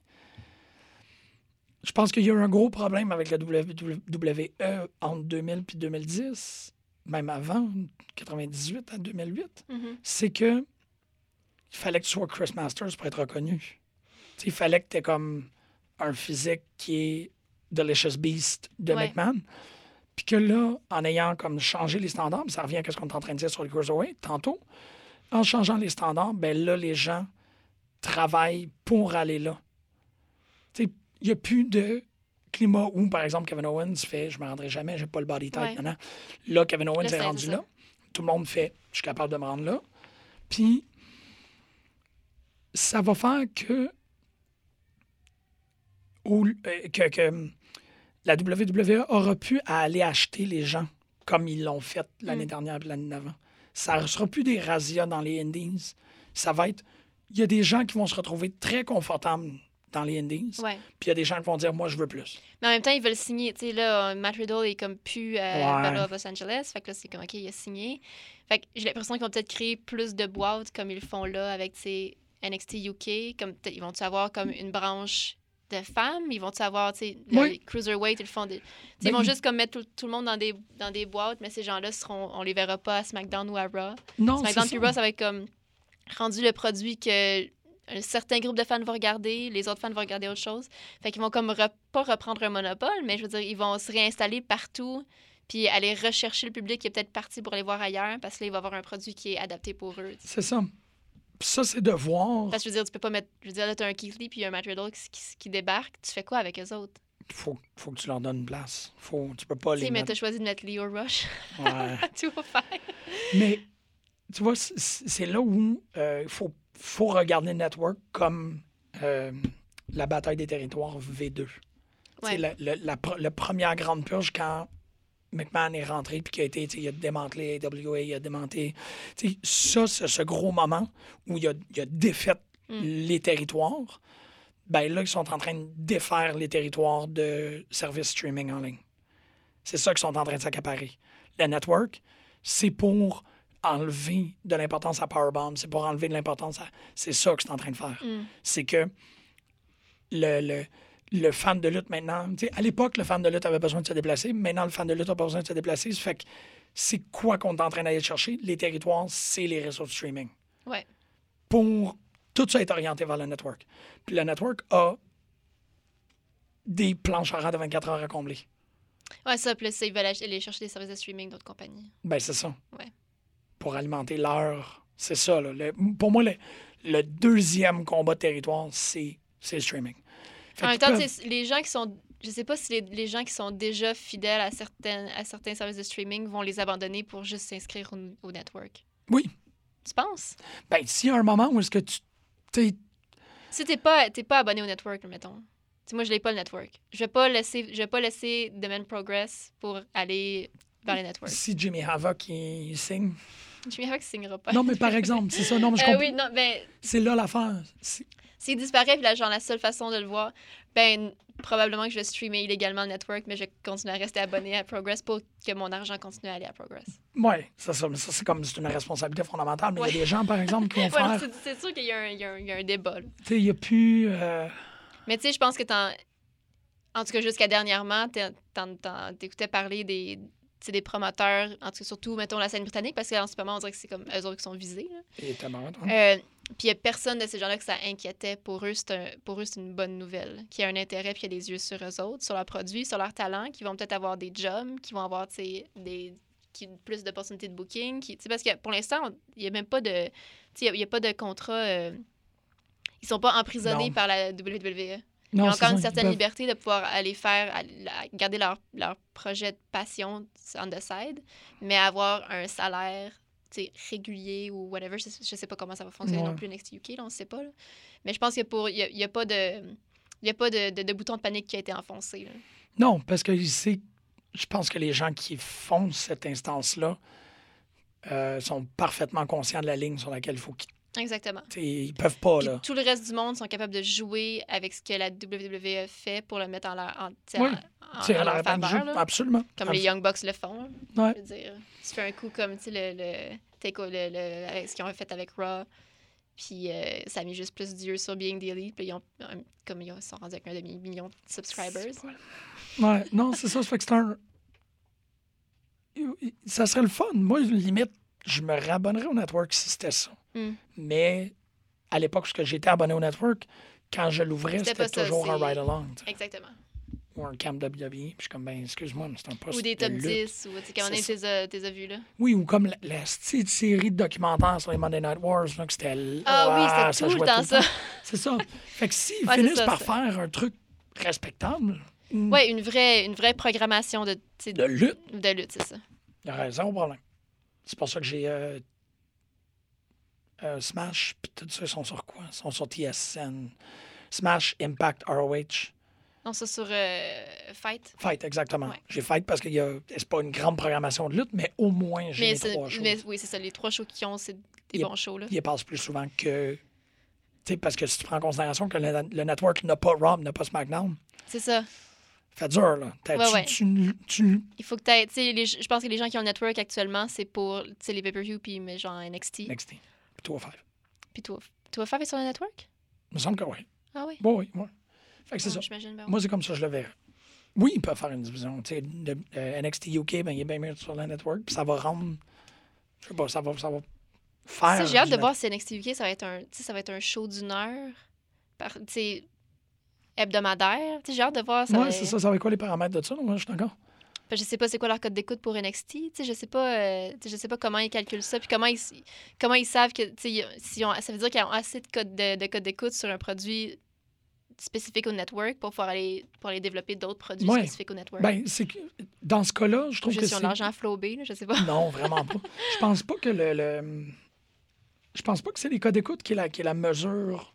E: je pense qu'il y a eu un gros problème avec la WWE entre 2000 puis 2010, même avant, 98 à 2008.
F: Mhm.
E: C'est que il fallait que tu sois Chris Masters pour être reconnu. Tu sais, il fallait que tu aies comme un physique qui est Delicious Beast de
F: Ouais.
E: McMahon. Puis que là, en ayant comme changé les standards, ça revient à ce qu'on est en train de dire sur les Cruiserweight tantôt, en changeant les standards, ben là, les gens travaillent pour aller là. Tu sais, il n'y a plus de climat où, par exemple, Kevin Owens fait « je me rendrai jamais, j'ai pas le body type
F: Ouais.
E: maintenant ». Là, Kevin Owens
F: Là,
E: est
F: c'est-
E: rendu
F: c'est
E: là.
F: ça.
E: Tout le monde fait « je suis capable de me rendre là ». Puis, ça va faire que, au- euh, que, que la WWE aura pu à aller acheter les gens comme ils l'ont fait
F: Mm.
E: l'année dernière et l'année d'avant. Ça ne sera plus des razzias dans les Indies. Ça va être. Il y a des gens qui vont se retrouver très confortables dans les Indies.
F: Ouais.
E: Puis il y a des gens qui vont dire Moi, je veux plus.
F: Mais en même temps, ils veulent signer. Tu sais, là, euh, Matt Riddle est comme pu à
E: Ouais.
F: Battle of Los Angeles. Fait que là, c'est comme, OK, il a signé. Fait que j'ai l'impression qu'ils vont peut-être créer plus de boîtes comme ils le font là avec, tu sais, NXT UK. Comme, peut-être, ils vont-tu avoir comme une branche de femmes? Ils vont-tu avoir, tu sais, le-
E: Oui.
F: les Cruiserweight, ils le font. Des... tu sais,
E: Ben,
F: ils vont
E: ils-
F: juste comme mettre tout, tout le monde dans des, dans des boîtes, mais ces gens-là, seront on les verra pas à SmackDown ou à Raw.
E: Non, c'est
F: SmackDown puis Raw,
E: ça.
F: ça va être comme rendu le produit que un certain groupe de fans vont regarder, les autres fans vont regarder autre chose. Fait qu'ils vont comme re- pas reprendre un monopole, mais je veux dire, ils vont se réinstaller partout puis aller rechercher le public qui est peut-être parti pour aller voir ailleurs parce que là, il va avoir un produit qui est adapté pour eux. tu sais.
E: C'est ça. Puis ça, c'est de voir.
F: Parce que je veux dire, tu peux pas mettre... Je veux dire, là, t'as un Keith Lee puis un Matt Riddle qui, qui, qui débarque, tu fais quoi avec eux autres?
E: Faut, faut que tu leur donnes une place. Faut, tu peux pas
F: Tu
E: Oh, les
F: sais, mais
E: mettre.
F: t'as choisi de mettre Leo Rush
E: Ouais.
F: à tout faire.
E: Mais tu vois, c- c- c'est là où il faut, faut regarder le network comme euh, la bataille des territoires V2.
F: Ouais.
E: C'est la, la- la pr- la première grande purge quand McMahon est rentré puis qu'il a été, tu sais, il a démantelé AWA, il a démantelé. tu sais, Ça, c'est ce gros moment où il a, il a défait les territoires. Ben là, ils sont en train de défaire les territoires de services streaming en ligne. C'est ça qu'ils sont en train de s'accaparer. Le network, c'est pour enlever de l'importance à Powerbomb, c'est pour enlever de l'importance à. C'est ça que c'est en train de faire. C'est que le, le, le fan de lutte maintenant. tu sais, à l'époque, le fan de lutte avait besoin de se déplacer. Maintenant, le fan de lutte a pas besoin de se déplacer. Ça fait que c'est quoi qu'on est en train d'aller chercher? Les territoires, c'est les réseaux de streaming.
F: Ouais.
E: Pour tout ça est orienté vers le network. Puis le network a des planches horaires de 24 heures à combler.
F: Ouais, ça, plus ils veulent ach- aller chercher des services de streaming d'autres compagnies.
E: Ben, c'est ça.
F: Ouais.
E: Pour alimenter l'heure. C'est ça. là. Le- pour moi, le, le deuxième combat de territoire, c'est c'est le streaming. Fait
F: en même
E: qu'ils
F: temps,
E: peuvent-
F: tu sais, les gens qui sont. Je sais pas si les, les gens qui sont déjà fidèles à, certaines, à certains services de streaming vont les abandonner pour juste s'inscrire au, au network.
E: Oui.
F: Tu penses?
E: Ben, s'il y a un moment où est-ce que tu. tu sais,
F: Si t'es pas, t'es pas abonné au network, mettons. Tu sais, moi, je l'ai pas le network. Je vais pas laisser, je vais pas laisser The Man Progress pour aller vers le network.
E: si Jimmy Havoc il signe.
F: Je me qui signera pas.
E: Non, mais par exemple, c'est ça. Non, mais je
F: Euh,
E: comprends.
F: oui, non, ben,
E: C'est là l'affaire. C'est-
F: s'il disparaît, puis là, genre, la seule façon de le voir, ben, probablement que je vais streamer illégalement le network, mais je continue à rester abonné à Progress pour que mon argent continue à aller à Progress.
E: Ouais, c'est ça. Mais ça, c'est comme c'est une responsabilité fondamentale. Mais il y a
F: Ouais.
E: des gens, par exemple, qui vont
F: Ouais,
E: faire.
F: c'est- c'est sûr qu'il y, a un- il y a un- il y a un débat, là.
E: Tu sais, il n'y a plus. euh,
F: Mais tu sais, je pense que t'en. En tout cas, jusqu'à dernièrement, t'en- t'en- t'en- t'écoutais parler des, tu sais, des promoteurs, en tout cas, surtout, mettons, la scène britannique, parce qu'en ce moment, on dirait que c'est comme eux autres qui sont visés. là.
E: il est tellement-
F: Euh, puis il n'y a personne de ces gens-là que ça inquiétait. Pour eux, c'est un- pour eux, c'est une bonne nouvelle. Qu'il y a un intérêt, puis qu'il y a des yeux sur eux autres, sur leurs produits, sur leurs talents, qui vont peut-être avoir des jobs, qui vont avoir tu sais, des, qui, plus d'opportunités de booking. Qui, tu sais, parce que pour l'instant, on- il n'y a même pas de, tu sais, il y a- il y a pas de contrat. euh, ils sont pas emprisonnés
E: Non.
F: par la E. WWE.
E: Non,
F: ils ont
E: c'est
F: encore
E: ça,
F: une
E: ils
F: certaine
E: peuvent-
F: liberté de pouvoir aller faire, à- la- garder leur, leur projet de passion on the side, mais avoir un salaire tu sais, régulier ou whatever. Je, sais- je sais pas comment ça va fonctionner
E: Ouais.
F: non plus NXT UK, là, on sait pas. là. Mais je pense qu'il n'y a, y a pas de. Il y a pas de, de- de bouton de panique qui a été enfoncé. là.
E: Non, parce que c'est- je pense que les gens qui font cette instance-là euh, sont parfaitement conscients de la ligne sur laquelle il faut qu'ils.
F: Exactement.
E: t'sais, Ils peuvent pas,
F: Puis
E: Oh là.
F: tout le reste du monde sont capables de jouer avec ce que la WWE fait pour le mettre en leur, en, tu sais,
E: Oui.
F: en- en-
E: Tirer
F: en
E: la
F: leur
E: réponse du
F: faveur,
E: jeu,
F: là.
E: Absolument.
F: Comme les Young Bucks le font. là.
E: Ouais.
F: Je veux dire, tu fais un coup comme tu sais, le, le, take- le- le- avec ce qu'ils ont fait avec Raw. Puis euh, ça a mis juste plus d'yeux sur Being Daily. Puis ils ont, euh, comme ils ont- sont rendus avec un demi-million de subscribers. hein.
E: Ouais, non, c'est ça, ça fait que c'est un. Ça serait le fun. Moi, limite, je me rabonnerais au network si c'était ça.
F: Mm.
E: Mais à l'époque où j'étais abonné au network, quand je l'ouvrais,
F: C'était
E: c'était
F: pas ça,
E: toujours un
F: c'est-
E: ride-along tu sais,
F: Exactement.
E: ou un camp WWE. Puis je suis comme, ben, excuse-moi, mais c'est un poste.
F: Ou des
E: de
F: top
E: lutte.
F: 10. Ou tu sais, quand on
E: C'est
F: est,
E: ça.
F: t'es a- t'es a vus là.
E: Oui, ou comme la, la petite série de documentaires sur les Monday Night Wars, là, que c'était. l-
F: Ah oui,
E: ça
F: c'était tout
E: jouait
F: le temps ça.
E: temps. C'est ça. Fait que s'ils
F: Ouais, c'est
E: finissent
F: ça,
E: par
F: ça.
E: faire un truc respectable,
F: Ouais, une vraie, une vraie programmation de, tu sais,
E: de lutte,
F: de lutte, c'est ça.
E: Il y a raison, problème. C'est pour ça que j'ai euh, euh, Smash, puis tout ça, ils sont sur quoi? Ils sont sur TSN. Smash, Impact, ROH.
F: Non, ça sur euh, Fight.
E: Fight, exactement.
F: Ouais.
E: J'ai Fight parce que y a- c'est pas une grande programmation de lutte, mais au moins j'ai
F: Mais,
E: les
F: c'est-
E: trois choses.
F: mais oui, c'est ça. Les trois shows qu'ils ont, c'est des
E: Yep.
F: bons shows. Là.
E: Il passe plus souvent que. Tu sais, parce que si tu prends en considération que le, le network n'a pas Raw, n'a pas SmackDown,
F: C'est ça.
E: fait dur, là. T'as-
F: Ouais,
E: tu-
F: ouais.
E: tu- tu,
F: Il faut que t'aies- tu sais, les- je pense que les gens qui ont le network actuellement, c'est pour, tu sais, les pay-per-view, puis mais genre NXT.
E: Next thing. Puis 205.
F: Puis toi, toi, faire sur le network?
E: Il me semble que oui.
F: Ah oui?
E: Bon, oui, oui. Fait que c'est
F: Ah,
E: ça.
F: J'imagine, ben oui.
E: Moi, c'est comme ça, je le verrais. Oui, il peut faire une division. Tu sais, le- euh, NXT UK, ben, il est bien mieux sur la network, puis ça va rendre. Je sais pas, ça va, ça va faire.
F: Ça, j'ai hâte
E: du
F: de
E: net-
F: voir si NXT UK, ça va être un, tu sais, ça va être un show d'une heure, par, tu sais, hebdomadaire. Tu sais, j'ai hâte de voir. Ça
E: Ouais,
F: va-
E: c'est ça, ça va être quoi les paramètres de ça? Moi, je suis d'accord.
F: Parce que Je sais pas c'est quoi leur code d'écoute pour NXT. Tu sais, je sais pas, euh, tu sais, je sais pas comment ils calculent ça, puis comment ils, comment ils savent que, tu sais, ils- si on- ça veut dire qu'ils ont assez de code de, de code d'écoute sur un produit spécifique au network pour pouvoir aller, pour aller développer d'autres produits
E: Ouais.
F: spécifiques au network.
E: Ben, c'est que dans ce cas-là, je trouve
F: je
E: que
F: suis
E: c'est.
F: en argent flobé, là, je sais pas.
E: Non, vraiment pas. Je pense pas que le. le- Je pense pas que c'est les codes d'écoute qui est la, qui est la mesure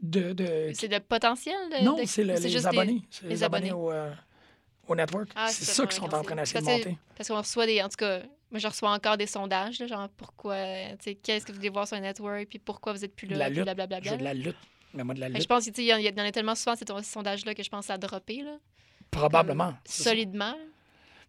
E: de. de-
F: C'est le potentiel de.
E: non,
F: de-
E: c'est le-
F: ou
E: les
F: juste des-
E: abonnés. C'est
F: les
E: les abonnés,
F: abonnés.
E: au, euh, au network.
F: Ah,
E: c'est
F: c'est
E: ça
F: ça,
E: qu'ils
F: ouais,
E: sont en
F: c'est-
E: train d'essayer de
F: parce que-
E: monter.
F: Parce qu'on reçoit des. En tout cas, moi, je reçois encore des sondages, là, genre pourquoi. tu sais, Qu'est-ce que vous voulez voir sur le network, puis pourquoi vous êtes plus
E: De la
F: là, puis
E: lutte.
F: blablabla.
E: Je veux de la lutte. Mais moi, de la
F: Fait
E: lutte,
F: que Ben, je pense qu'il y en il y en a tellement souvent, c'est ton sondage-là, que je pense à dropper, là,
E: probablement. c'est ça.
F: solidement.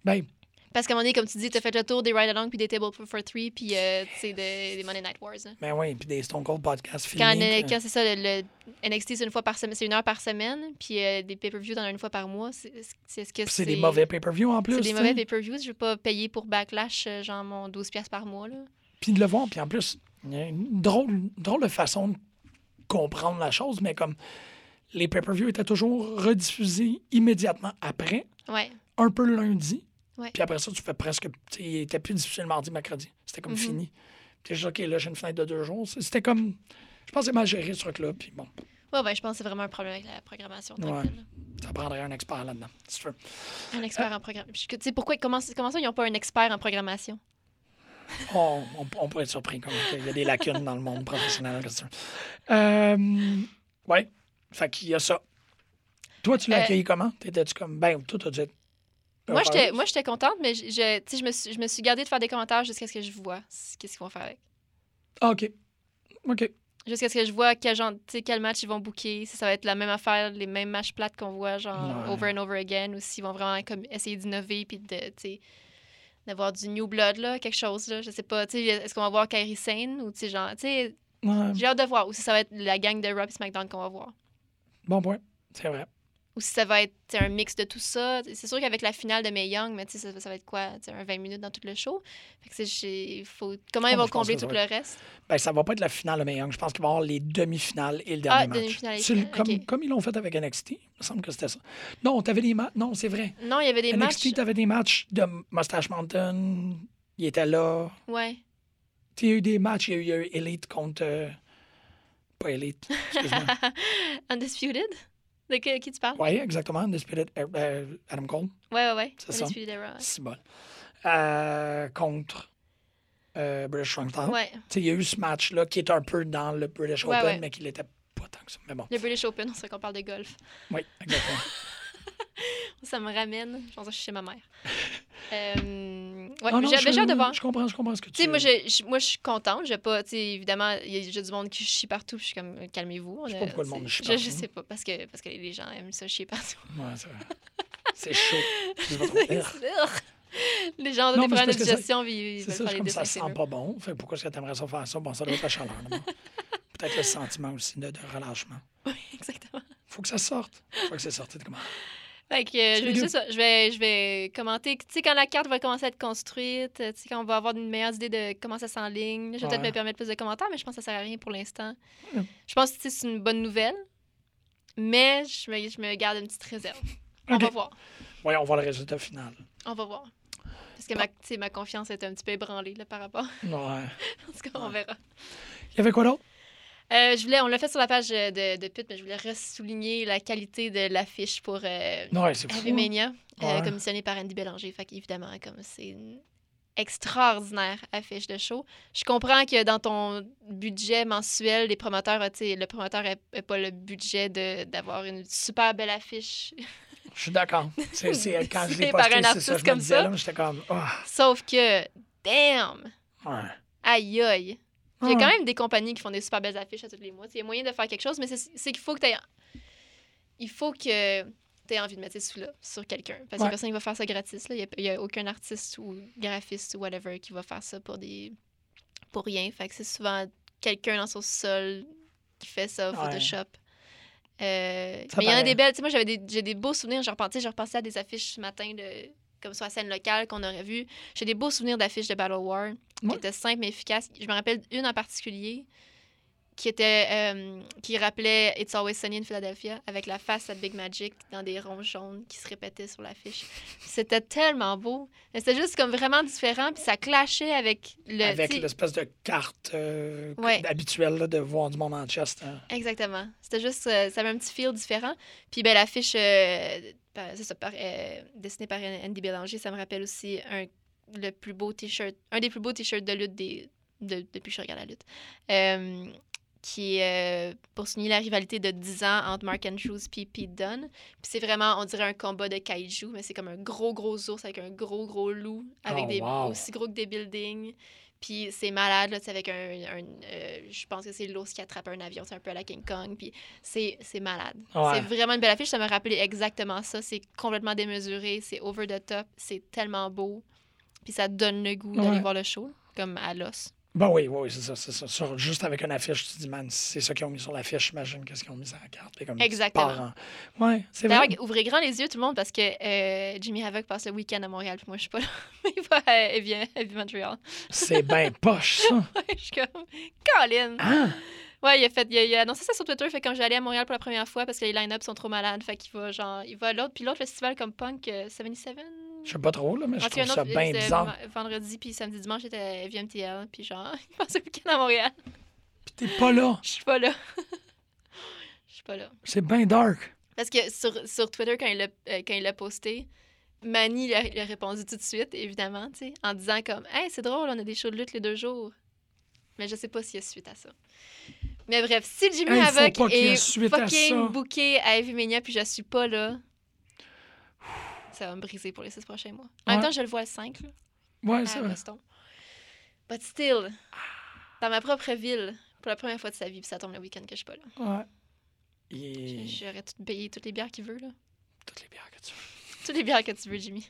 E: Ben,
F: Parce qu'à un moment donné, comme tu dis, t'as fait le tour des Ride Along puis des Table for Three puis euh, tu sais, de- des Monday Night Wars. là.
E: Ben oui, puis des Stone Cold Podcast
F: Quand,
E: filmés,
F: euh,
E: que-
F: quand c'est ça, le, le NXT, c'est une, fois par semaine, c'est une heure par semaine, puis euh, des pay-per-views, t'en as une fois par mois. C'est c'est- est-ce que
E: Puis c'est des mauvais pay-per-view en plus.
F: C'est des
E: tu
F: mauvais
E: sais.
F: pay-per-views. Je vais pas payer pour Backlash, euh, genre mon 12$ par mois. Là.
E: Puis de le voir, puis en plus, il y a une drôle, drôle de façon de comprendre la chose, mais comme les pay-per-views étaient toujours rediffusés immédiatement après,
F: Ouais.
E: un peu le lundi,
F: Ouais.
E: puis après ça, tu fais presque. tu sais, Il était plus difficile mardi, mercredi. C'était
F: Mhm.
E: comme fini. Puis je OK, là, j'ai une fenêtre de deux jours. C'était comme. Je pense que c'est mal géré ce truc-là, puis bon,
F: Ouais, ben, je pense que c'est vraiment un problème avec la programmation. tant
E: Ouais.
F: que telle.
E: ça prendrait un expert là-dedans. si tu veux.
F: Un expert en programmation. Tu sais, pourquoi, comment, comment ça, ils n'ont pas un expert en programmation?
E: On, on- on pourrait être surpris comme il y a des lacunes dans le monde professionnel. qu'est-ce que tu veux. Euh, ouais, fait qu'il y a ça. Toi, tu l'as
F: Euh,
E: accueilli comment? T'étais-tu comme, ben, toi, t'as dit... Ah,
F: Moi, j'étais, moi, j'étais contente, mais je, je, tu sais, je, me suis, je me suis gardée de faire des commentaires jusqu'à ce que je vois ce- qu'est-ce qu'ils vont faire avec.
E: Ah, OK. OK.
F: Jusqu'à ce que je vois quel, genre, tu sais, quel match ils vont booker, si ça va être la même affaire, les mêmes matchs plates qu'on voit, genre,
E: Ouais.
F: over and over again, ou s'ils vont vraiment comme, essayer d'innover puis de, tu sais, d'avoir du new blood, là, quelque chose, là. Je sais pas, tu sais, est-ce qu'on va voir Kairi Sane ou, tu sais, genre, tu sais,
E: Ouais,
F: j'ai hâte de voir. Ou si ça va être la gang de Rob SmackDown qu'on va voir.
E: bon point. C'est vrai.
F: ou si ça va être tu sais, un mix de tout ça. C'est sûr qu'avec la finale de May Young, mais tu sais, ça, ça va être quoi? Tu sais, un 20 minutes dans tout le show. Fait que c'est- j'ai- faut... Comment
E: Ah,
F: ils
E: moi,
F: vont
E: je pense
F: combler
E: que ça
F: tout
E: va
F: le reste?
E: Ben, ça va pas être la finale de Mae Young. Je pense qu'il va y avoir les demi-finales et le dernier match.
F: Ah, demi-finale et
E: C'est le-
F: finale,
E: comme,
F: ok.
E: comme ils l'ont fait avec NXT, il me semble que c'était ça. Non, t'avais des matchs. Non, c'est vrai.
F: Non, il y avait des matchs.
E: NXT, t'avais des matchs de Mustache Mountain. Il était là.
F: Ouais.
E: Il y a eu des matchs, il y a eu- il y a eu Elite contre. euh, pas Elite, excuse-moi.
F: Undisputed? De qui, qui tu parles?
E: oui, exactement, Undisputed Era- euh, Adam Cole,
F: Ouais, ouais, ouais.
E: C'est ça.
F: Undisputed Era. ouais.
E: c'est bon. Euh, contre euh, British Strongtown.
F: Ouais,
E: Il y a eu ce match-là qui est un peu dans le British
F: Ouais,
E: Open,
F: ouais.
E: mais qui l'était pas tant que ça. Mais bon,
F: le British Open, on sait qu'on parle de golf.
E: oui, exactement.
F: Ça me ramène, je pense que je suis chez ma mère. Euh, ouais,
E: Ah non,
F: j'avais
E: je-
F: déjà de voir.
E: Je comprends, je comprends ce que tu
F: Tu sais, moi, je, je- moi, je suis contente. J'ai pas, tu sais, évidemment, il y a j'ai du monde qui chie partout. puis Je suis comme, euh, calmez-vous. on
E: Je sais
F: a-
E: pas pourquoi le
F: tu sais,
E: monde chie
F: je- Je
E: partout.
F: sais pas, parce que, parce que les gens aiment ça chier partout.
E: Ouais, c'est vrai. C'est chaud. Je vais
F: C'est
E: trop- Urgh.
F: sûr. les gens ont
E: Non,
F: des
E: mais c'est
F: problèmes de
E: parce que ça-
F: digestion, puis ils
E: C'est
F: veulent
E: ça,
F: faire
E: c'est
F: les
E: comme ça
F: défenses.
E: sent pas bon. Fait, pourquoi est-ce que t'aimerais ça faire ça? Bon, ça doit être la chaleur. d'abord. Peut-être le sentiment aussi de, de relâchement.
F: Oui, exactement.
E: Faut que ça sorte. Faut que ça sorte. t'es comme, ah,
F: Fait que, euh, je, vais,
E: dégueu.
F: c'est ça, je, vais, je vais commenter. Tu sais, quand la carte va commencer à être construite, euh, tu sais, quand on va avoir une meilleure idée de comment ça s'enligne, je vais peut-être
E: Ouais.
F: me permettre plus de commentaires, mais je pense que ça sert à rien pour l'instant.
E: Mm.
F: Je pense que tu sais, c'est une bonne nouvelle, mais je me, je me garde une petite réserve. On
E: Ok.
F: va voir.
E: Voyons, on voit le résultat final.
F: On va voir. Parce que ma, tu sais, ma confiance est un petit peu ébranlée là, par rapport.
E: Ouais.
F: en tout cas, on verra.
E: Il y avait quoi d'autre?
F: Euh, je voulais, on l'a fait sur la page euh, de, de Pit, mais je voulais ressouligner la qualité de l'affiche pour euh,
E: Non, ouais, c'est fou.
F: Heavy Mania, euh,
E: Ouais.
F: commissionnée par Andy Bélanger. Fait qu'évidemment, comme c'est une extraordinaire affiche de show. Je comprends que dans ton budget mensuel, les promoteurs, euh, tu sais, le promoteur n'a pas le budget de- d'avoir une super belle affiche
E: Je suis d'accord. C'est, c'est- quand je l'ai
F: Décidé par
E: posté,
F: un
E: c'est ça,
F: artiste
E: je me
F: comme
E: disais,
F: ça.
E: là, j'étais comme, ah,
F: Sauf que, damn,
E: ouais.
F: aïe aïe. Il y
E: Ouais.
F: a quand même des compagnies qui font des super belles affiches à tous les mois. Il y a moyen de faire quelque chose, mais c'est c'est qu'il faut que tu Il faut que tu aies envie de mettre sous là sur quelqu'un. Parce que
E: Ouais.
F: personne ne va faire ça gratis. là. Il n'y a, aucun artiste ou graphiste ou whatever qui va faire ça pour des pour rien. Fait que c'est souvent quelqu'un dans son sol qui fait ça,
E: Ouais.
F: Photoshop. Euh,
E: Ça
F: mais il y en a
E: paraît.
F: des belles. Tu sais, moi, j'avais des, j'ai des beaux souvenirs. Je repensais, je repensais à des affiches ce matin, de, comme sur la scène locale qu'on aurait vu. J'ai des beaux souvenirs d'affiches de Battle War qui
E: Ouais.
F: étaient simples mais efficaces. Je me rappelle une en particulier qui était euh, qui rappelait It's Always Sunny in Philadelphia avec la face à Big Magic dans des ronds jaunes qui se répétaient sur l'affiche. C'était tellement beau. Mais C'était juste comme vraiment différent puis ça clashait avec le
E: Avec
F: tu sais,
E: l'espèce de carte euh,
F: Ouais.
E: habituelle là, de voir du monde en chest. hein.
F: Exactement. C'était juste, euh, ça avait un petit feel différent. Puis ben, l'affiche, euh, par- c'est ça, par- euh, dessinée par Andy Bélanger, ça me rappelle aussi un, le plus beau t-shirt, un des plus beaux t-shirts de lutte des, de- depuis que je regarde la lutte, Euh, qui est euh, pour souligner la rivalité de 10 ans entre Mark Andrews puis Pete Dunne. Puis c'est vraiment, on dirait un combat de kaiju, mais c'est comme un gros, gros ours avec un gros, gros loup, avec
E: Oh,
F: des
E: wow.
F: aussi gros que des buildings. Puis c'est malade, là, tu sais, avec un. un, euh, je pense que c'est l'os qui attrape un avion, c'est un peu à la King Kong. Puis c'est c'est malade.
E: Ouais.
F: C'est vraiment une belle affiche, ça me rappelait exactement ça. C'est complètement démesuré, c'est over the top, c'est tellement beau. Puis ça donne le goût
E: Ouais.
F: d'aller voir le show, comme à l'os.
E: Bon, Ben oui, oui, oui, c'est ça. c'est ça. Sur- juste avec une affiche, tu te dis, man, c'est ça qu'ils ont mis sur l'affiche, j'imagine, qu'est-ce qu'ils ont mis sur la carte. T'es comme, tu
F: Exactement. Ben
E: pars en- Ouais, c'est vrai.
F: D'ailleurs, ouvrez grand les yeux, tout le monde, parce que euh, Jimmy Havoc passe le week-end à Montréal, puis moi, je suis pas là. Il va à Heavy, Heavy Montreal.
E: C'est bien poche, ça.
F: je suis comme, Colin!
E: Ah!
F: Ouais, il a, fait, il, a, il a annoncé ça sur Twitter. Fait que quand j'allais à Montréal pour la première fois, parce que les line-up sont trop malades, fait qu'il va genre, il va à l'autre, puis l'autre festival comme Punk euh, 77.
E: Je sais pas trop, là, mais je
F: En tout cas,
E: trouve
F: un autre,
E: ça bien
F: c'est
E: bizarre.
F: v- Vendredi, puis samedi, dimanche, j'étais à VMTL, puis genre, il passe le week-end à Montréal.
E: Puis t'es pas là.
F: Je suis pas là. Je suis pas là.
E: C'est bien dark.
F: Parce que sur, sur Twitter, quand il l'a euh, quand il l'a posté, Manny lui a, lui a répondu tout de suite, évidemment, tu sais, en disant comme Hey, c'est drôle, on a des shows de lutte les deux jours. Mais je sais pas s'il y a suite à ça. Mais bref, si Jimmy
E: Hey, faut
F: Havoc
E: pas qu'il y ait
F: est
E: suite à ça.
F: fucking booké à Heavy Mania puis je suis pas là, ça va me briser pour les six prochains mois. En même
E: Ouais.
F: temps, je le vois le 5 là,
E: Ouais, c'est
F: à
E: vrai.
F: Boston. Ah, But still, dans ma propre ville, pour la première fois de sa vie, puis ça tombe le week-end que je suis pas là.
E: Ouais.
F: J-
E: Et...
F: J'aurais tout payé toutes les bières qu'il veut, là.
E: Toutes les bières que tu veux.
F: Toutes les bières que tu veux, Jimmy.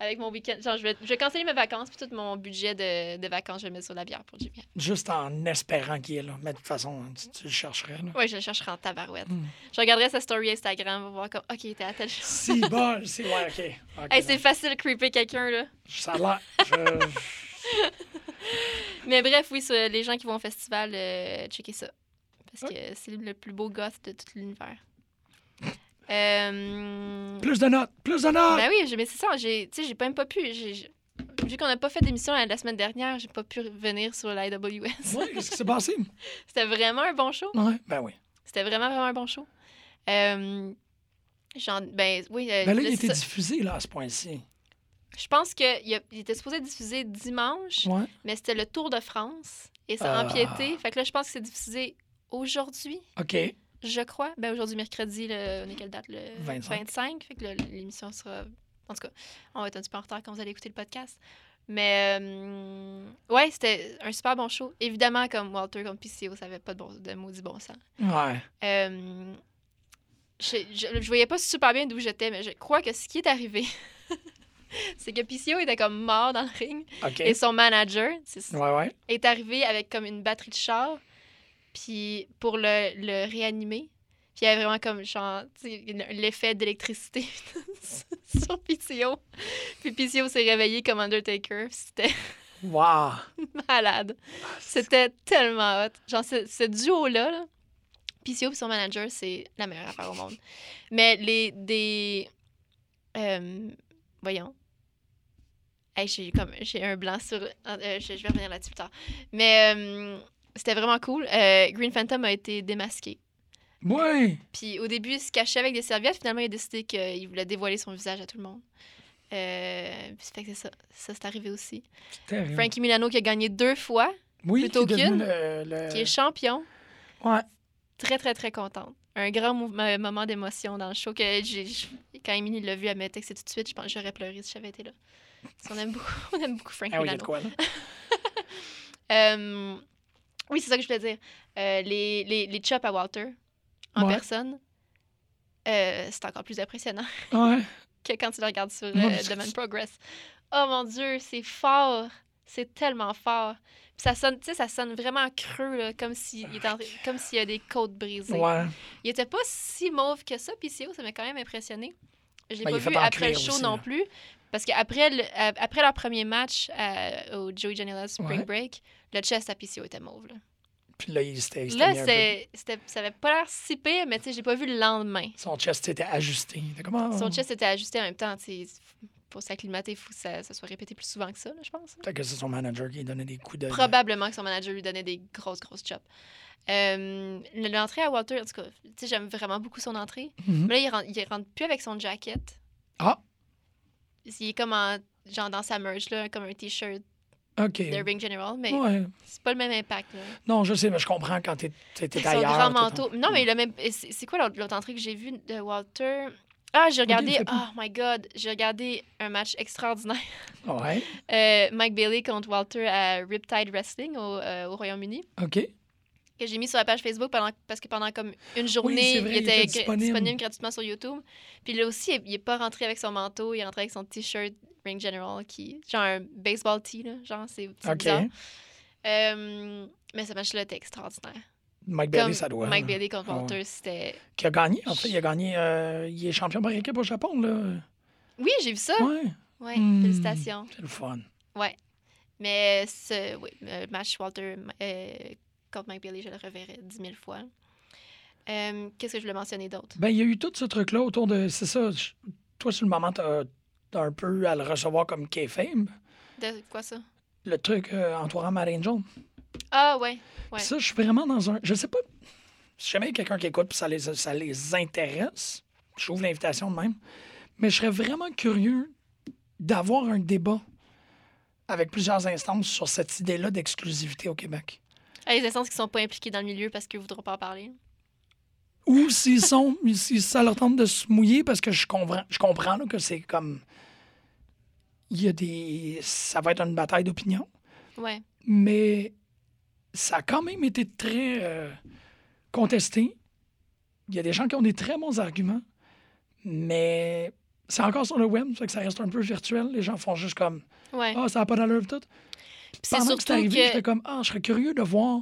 F: Avec mon week-end. Genre, je vais, je vais canceller mes vacances, puis tout mon budget de, de vacances, je vais le mettre sur la bière pour Jimmy.
E: Juste en espérant qu'il est là. Mais de toute façon, tu, tu le chercherais, là.
F: Ouais, je le chercherai en tabarouette. Je regarderai sa story Instagram pour voir comme, OK, t'es à telle chose.
E: Si bol, c'est ouais, ok. Ok,
F: Hey, c'est facile de creeper quelqu'un, là.
E: Ça a l'air. je-
F: Mais bref, oui, sur les gens qui vont au festival, euh, checkez ça. Parce que c'est le plus beau goth de tout l'univers. Euh,
E: Plus de notes, plus de notes.
F: Ben oui, j'ai- mais c'est ça, j'ai, tu sais, j'ai pas- même pas pu. j'ai- j'ai- vu qu'on n'a pas fait d'émission la, la semaine dernière, j'ai pas pu revenir sur la IWS.
E: Ouais, qu'est-ce qui s'est passé?
F: C'était vraiment un bon show.
E: Ouais, ben oui.
F: C'était vraiment, vraiment un bon show. Euh, genre, ben oui, euh,
E: Ben là,
F: là,
E: il
F: c'est
E: était
F: ça.
E: diffusé, là, à ce point-ci.
F: je pense qu'il était supposé être diffusé dimanche,
E: Ouais.
F: mais c'était le Tour de France et ça a
E: Ah.
F: empiété. Fait que là, je pense que c'est diffusé aujourd'hui,
E: OK.
F: je crois. Ben aujourd'hui, mercredi, le, on est quelle date? Le
E: 25.
F: 25. Fait que là, l'émission sera... En tout cas, on va être un petit peu en retard quand vous allez écouter le podcast. Mais euh, ouais, c'était un super bon show. Évidemment, comme Walter, comme PCO, ça avait pas de, bon, de maudit bon sens.
E: Ouais.
F: Euh, je, je, je voyais pas super bien d'où j'étais, mais je crois que ce qui est arrivé, c'est que Picio était comme mort dans le ring
E: OK.
F: et son manager c'est-
E: Ouais, ouais.
F: est arrivé avec comme une batterie de char, puis pour le, le réanimer. Puis il y avait vraiment comme genre tu sais, une- l'effet d'électricité sur Picio. Puis Picio s'est réveillé comme Undertaker. puis C'était
E: Wow.
F: malade. C'était tellement hot. Genre, ce, ce duo-là, là, PCO et son manager, c'est la meilleure affaire au monde. Mais les. des euh, Voyons. Hey, j'ai comme j'ai un blanc sur. euh, je, je vais revenir là-dessus plus tard. Mais euh, c'était vraiment cool. Euh, Green Phantom a été démasqué.
E: Ouais.
F: Puis au début, il se cachait avec des serviettes. Finalement, il a décidé qu'il voulait dévoiler son visage à tout le monde. Euh, puis fait que c'est ça. Ça, c'est arrivé aussi.
E: Terrible.
F: Frankie Milano qui a gagné deux fois
E: oui,
F: plutôt
E: qui est devenu
F: qu'une,
E: le- le-
F: qui est champion.
E: Ouais.
F: Très, très, très contente. Un grand mou- euh, moment d'émotion dans le show que j'ai. j- Quand Emily l'a vu, elle m'a texté tout de suite. Je pense que j'aurais pleuré si j'avais été là. Parce qu'on aime beaucoup, on aime beaucoup Frank
E: Ah oui, il y a de
F: Milano.
E: quoi, là?
F: Euh, oui, c'est ça que je voulais dire. Euh, les, les, les chops à Walter en
E: Ouais.
F: personne, euh, c'est encore plus impressionnant
E: Ouais.
F: que quand tu le regardes sur euh,
E: Ouais, parce que
F: Demand
E: tu-
F: Progress. Oh mon Dieu, c'est fort! C'est tellement fort. Puis ça sonne, tu sais, ça sonne vraiment creux, là, comme s'il il est en- comme s'il y a des côtes brisées.
E: Ouais.
F: Il était pas si mauve que ça, PCO, ça m'a quand même impressionné. Je l'ai
E: Ben, il
F: pas
E: est fait
F: vu
E: en
F: après le
E: cuir
F: show
E: aussi,
F: non
E: là.
F: plus. Parce qu'après le- euh, après leur premier match euh, au Joey Janela Spring
E: Ouais.
F: Break, le chest à PCO était mauve. Là,
E: Puis là, il s'était il s'était
F: là
E: mis un
F: c'est- c'était- ça avait pas l'air si pire, mais tu sais, j'ai pas vu le lendemain.
E: peu- Son chest était ajusté. Il était comme, ah,
F: Son chest était ajusté en même temps. tu sais, Pour s'acclimater, il faut que ça, ça soit répété plus souvent que ça, là, je pense.
E: Peut-être que c'est son manager qui lui donnait des coups de...
F: Probablement que son manager lui donnait des grosses, grosses chops. Euh, L'entrée à Walter, en tout cas, tu sais, j'aime vraiment beaucoup son entrée.
E: Mhm.
F: Mais là, il rentre, il rentre plus avec son jacket.
E: Ah,
F: Il est comme en- genre dans sa merge, là, comme un t-shirt
E: OK.
F: de Ring General, mais
E: Ouais.
F: c'est pas le même impact. Là.
E: Non, je sais, mais je comprends quand t'es t'es- t'es
F: Avec
E: ailleurs.
F: son grand
E: t'es-
F: manteau. Non, mais le même. et C'est c'est quoi l'autre l'autre entrée que j'ai vue de Walter? Ah, j'ai regardé.
E: c'est
F: Oh my god, j'ai regardé un match extraordinaire.
E: Ouais.
F: Euh, Mike Bailey contre Walter à Riptide Wrestling au, euh, au Royaume-Uni.
E: OK.
F: que j'ai mis sur la page Facebook pendant, parce que pendant comme une journée,
E: c'est vrai,
F: il,
E: il
F: était
E: était
F: gra-
E: disponible.
F: disponible gratuitement sur YouTube. Puis là aussi, il- il n'est pas rentré avec son manteau, il est rentré avec son t-shirt Ring General qui. Genre un baseball tee, là. Genre, c'est c'est
E: OK.
F: bizarre. Euh, mais ce match-là était extraordinaire.
E: Mike
F: Comme
E: Bailey, ça doit.
F: Mike
E: là.
F: Bailey contre
E: Ouais.
F: Walters, c'était.
E: Qui a gagné, en fait. Il a gagné. euh, il est champion par équipe au Japon, là.
F: Oui, j'ai vu ça.
E: Ouais.
F: Ouais,
E: Hmm.
F: félicitations.
E: C'est le fun.
F: Mais ce oui, le match Walter euh, contre Mike Bailey, je le reverrai dix mille fois. Euh, Qu'est-ce que je voulais mentionner d'autre?
E: Ben, il y a eu tout ce truc-là autour de. C'est ça. je- Toi, sur le moment, t'as t'as un peu à le recevoir comme K-Fame.
F: De quoi ça?
E: Le truc euh, entourant Matt Angel.
F: Ah, ouais. Ouais.
E: Ça, je suis vraiment dans un. Je sais pas. Si jamais il y a quelqu'un qui écoute et ça les, ça les intéresse, j'ouvre l'invitation de même. Mais je serais vraiment curieux d'avoir un débat avec plusieurs instances sur cette idée-là d'exclusivité au Québec.
F: Ah, les instances qui sont pas impliquées dans le milieu parce qu'ils voudront pas en parler.
E: Ou s'ils sont, si ça leur tente de se mouiller, parce que je comprends, je comprends là, que c'est comme. Il y a des. Ça va être une bataille d'opinion.
F: Ouais.
E: mais ça a quand même été très euh, contesté. Il y a des gens qui ont des très bons arguments, mais c'est encore sur le web, ça fait que ça reste un peu virtuel. Les gens font juste comme
F: Ouais.
E: Ah, ça n'a pas d'allure pis tout.
F: Puis c'est
E: Pendant que c'est
F: surtout
E: arrivé,
F: que.
E: j'étais comme Ah, je serais curieux de voir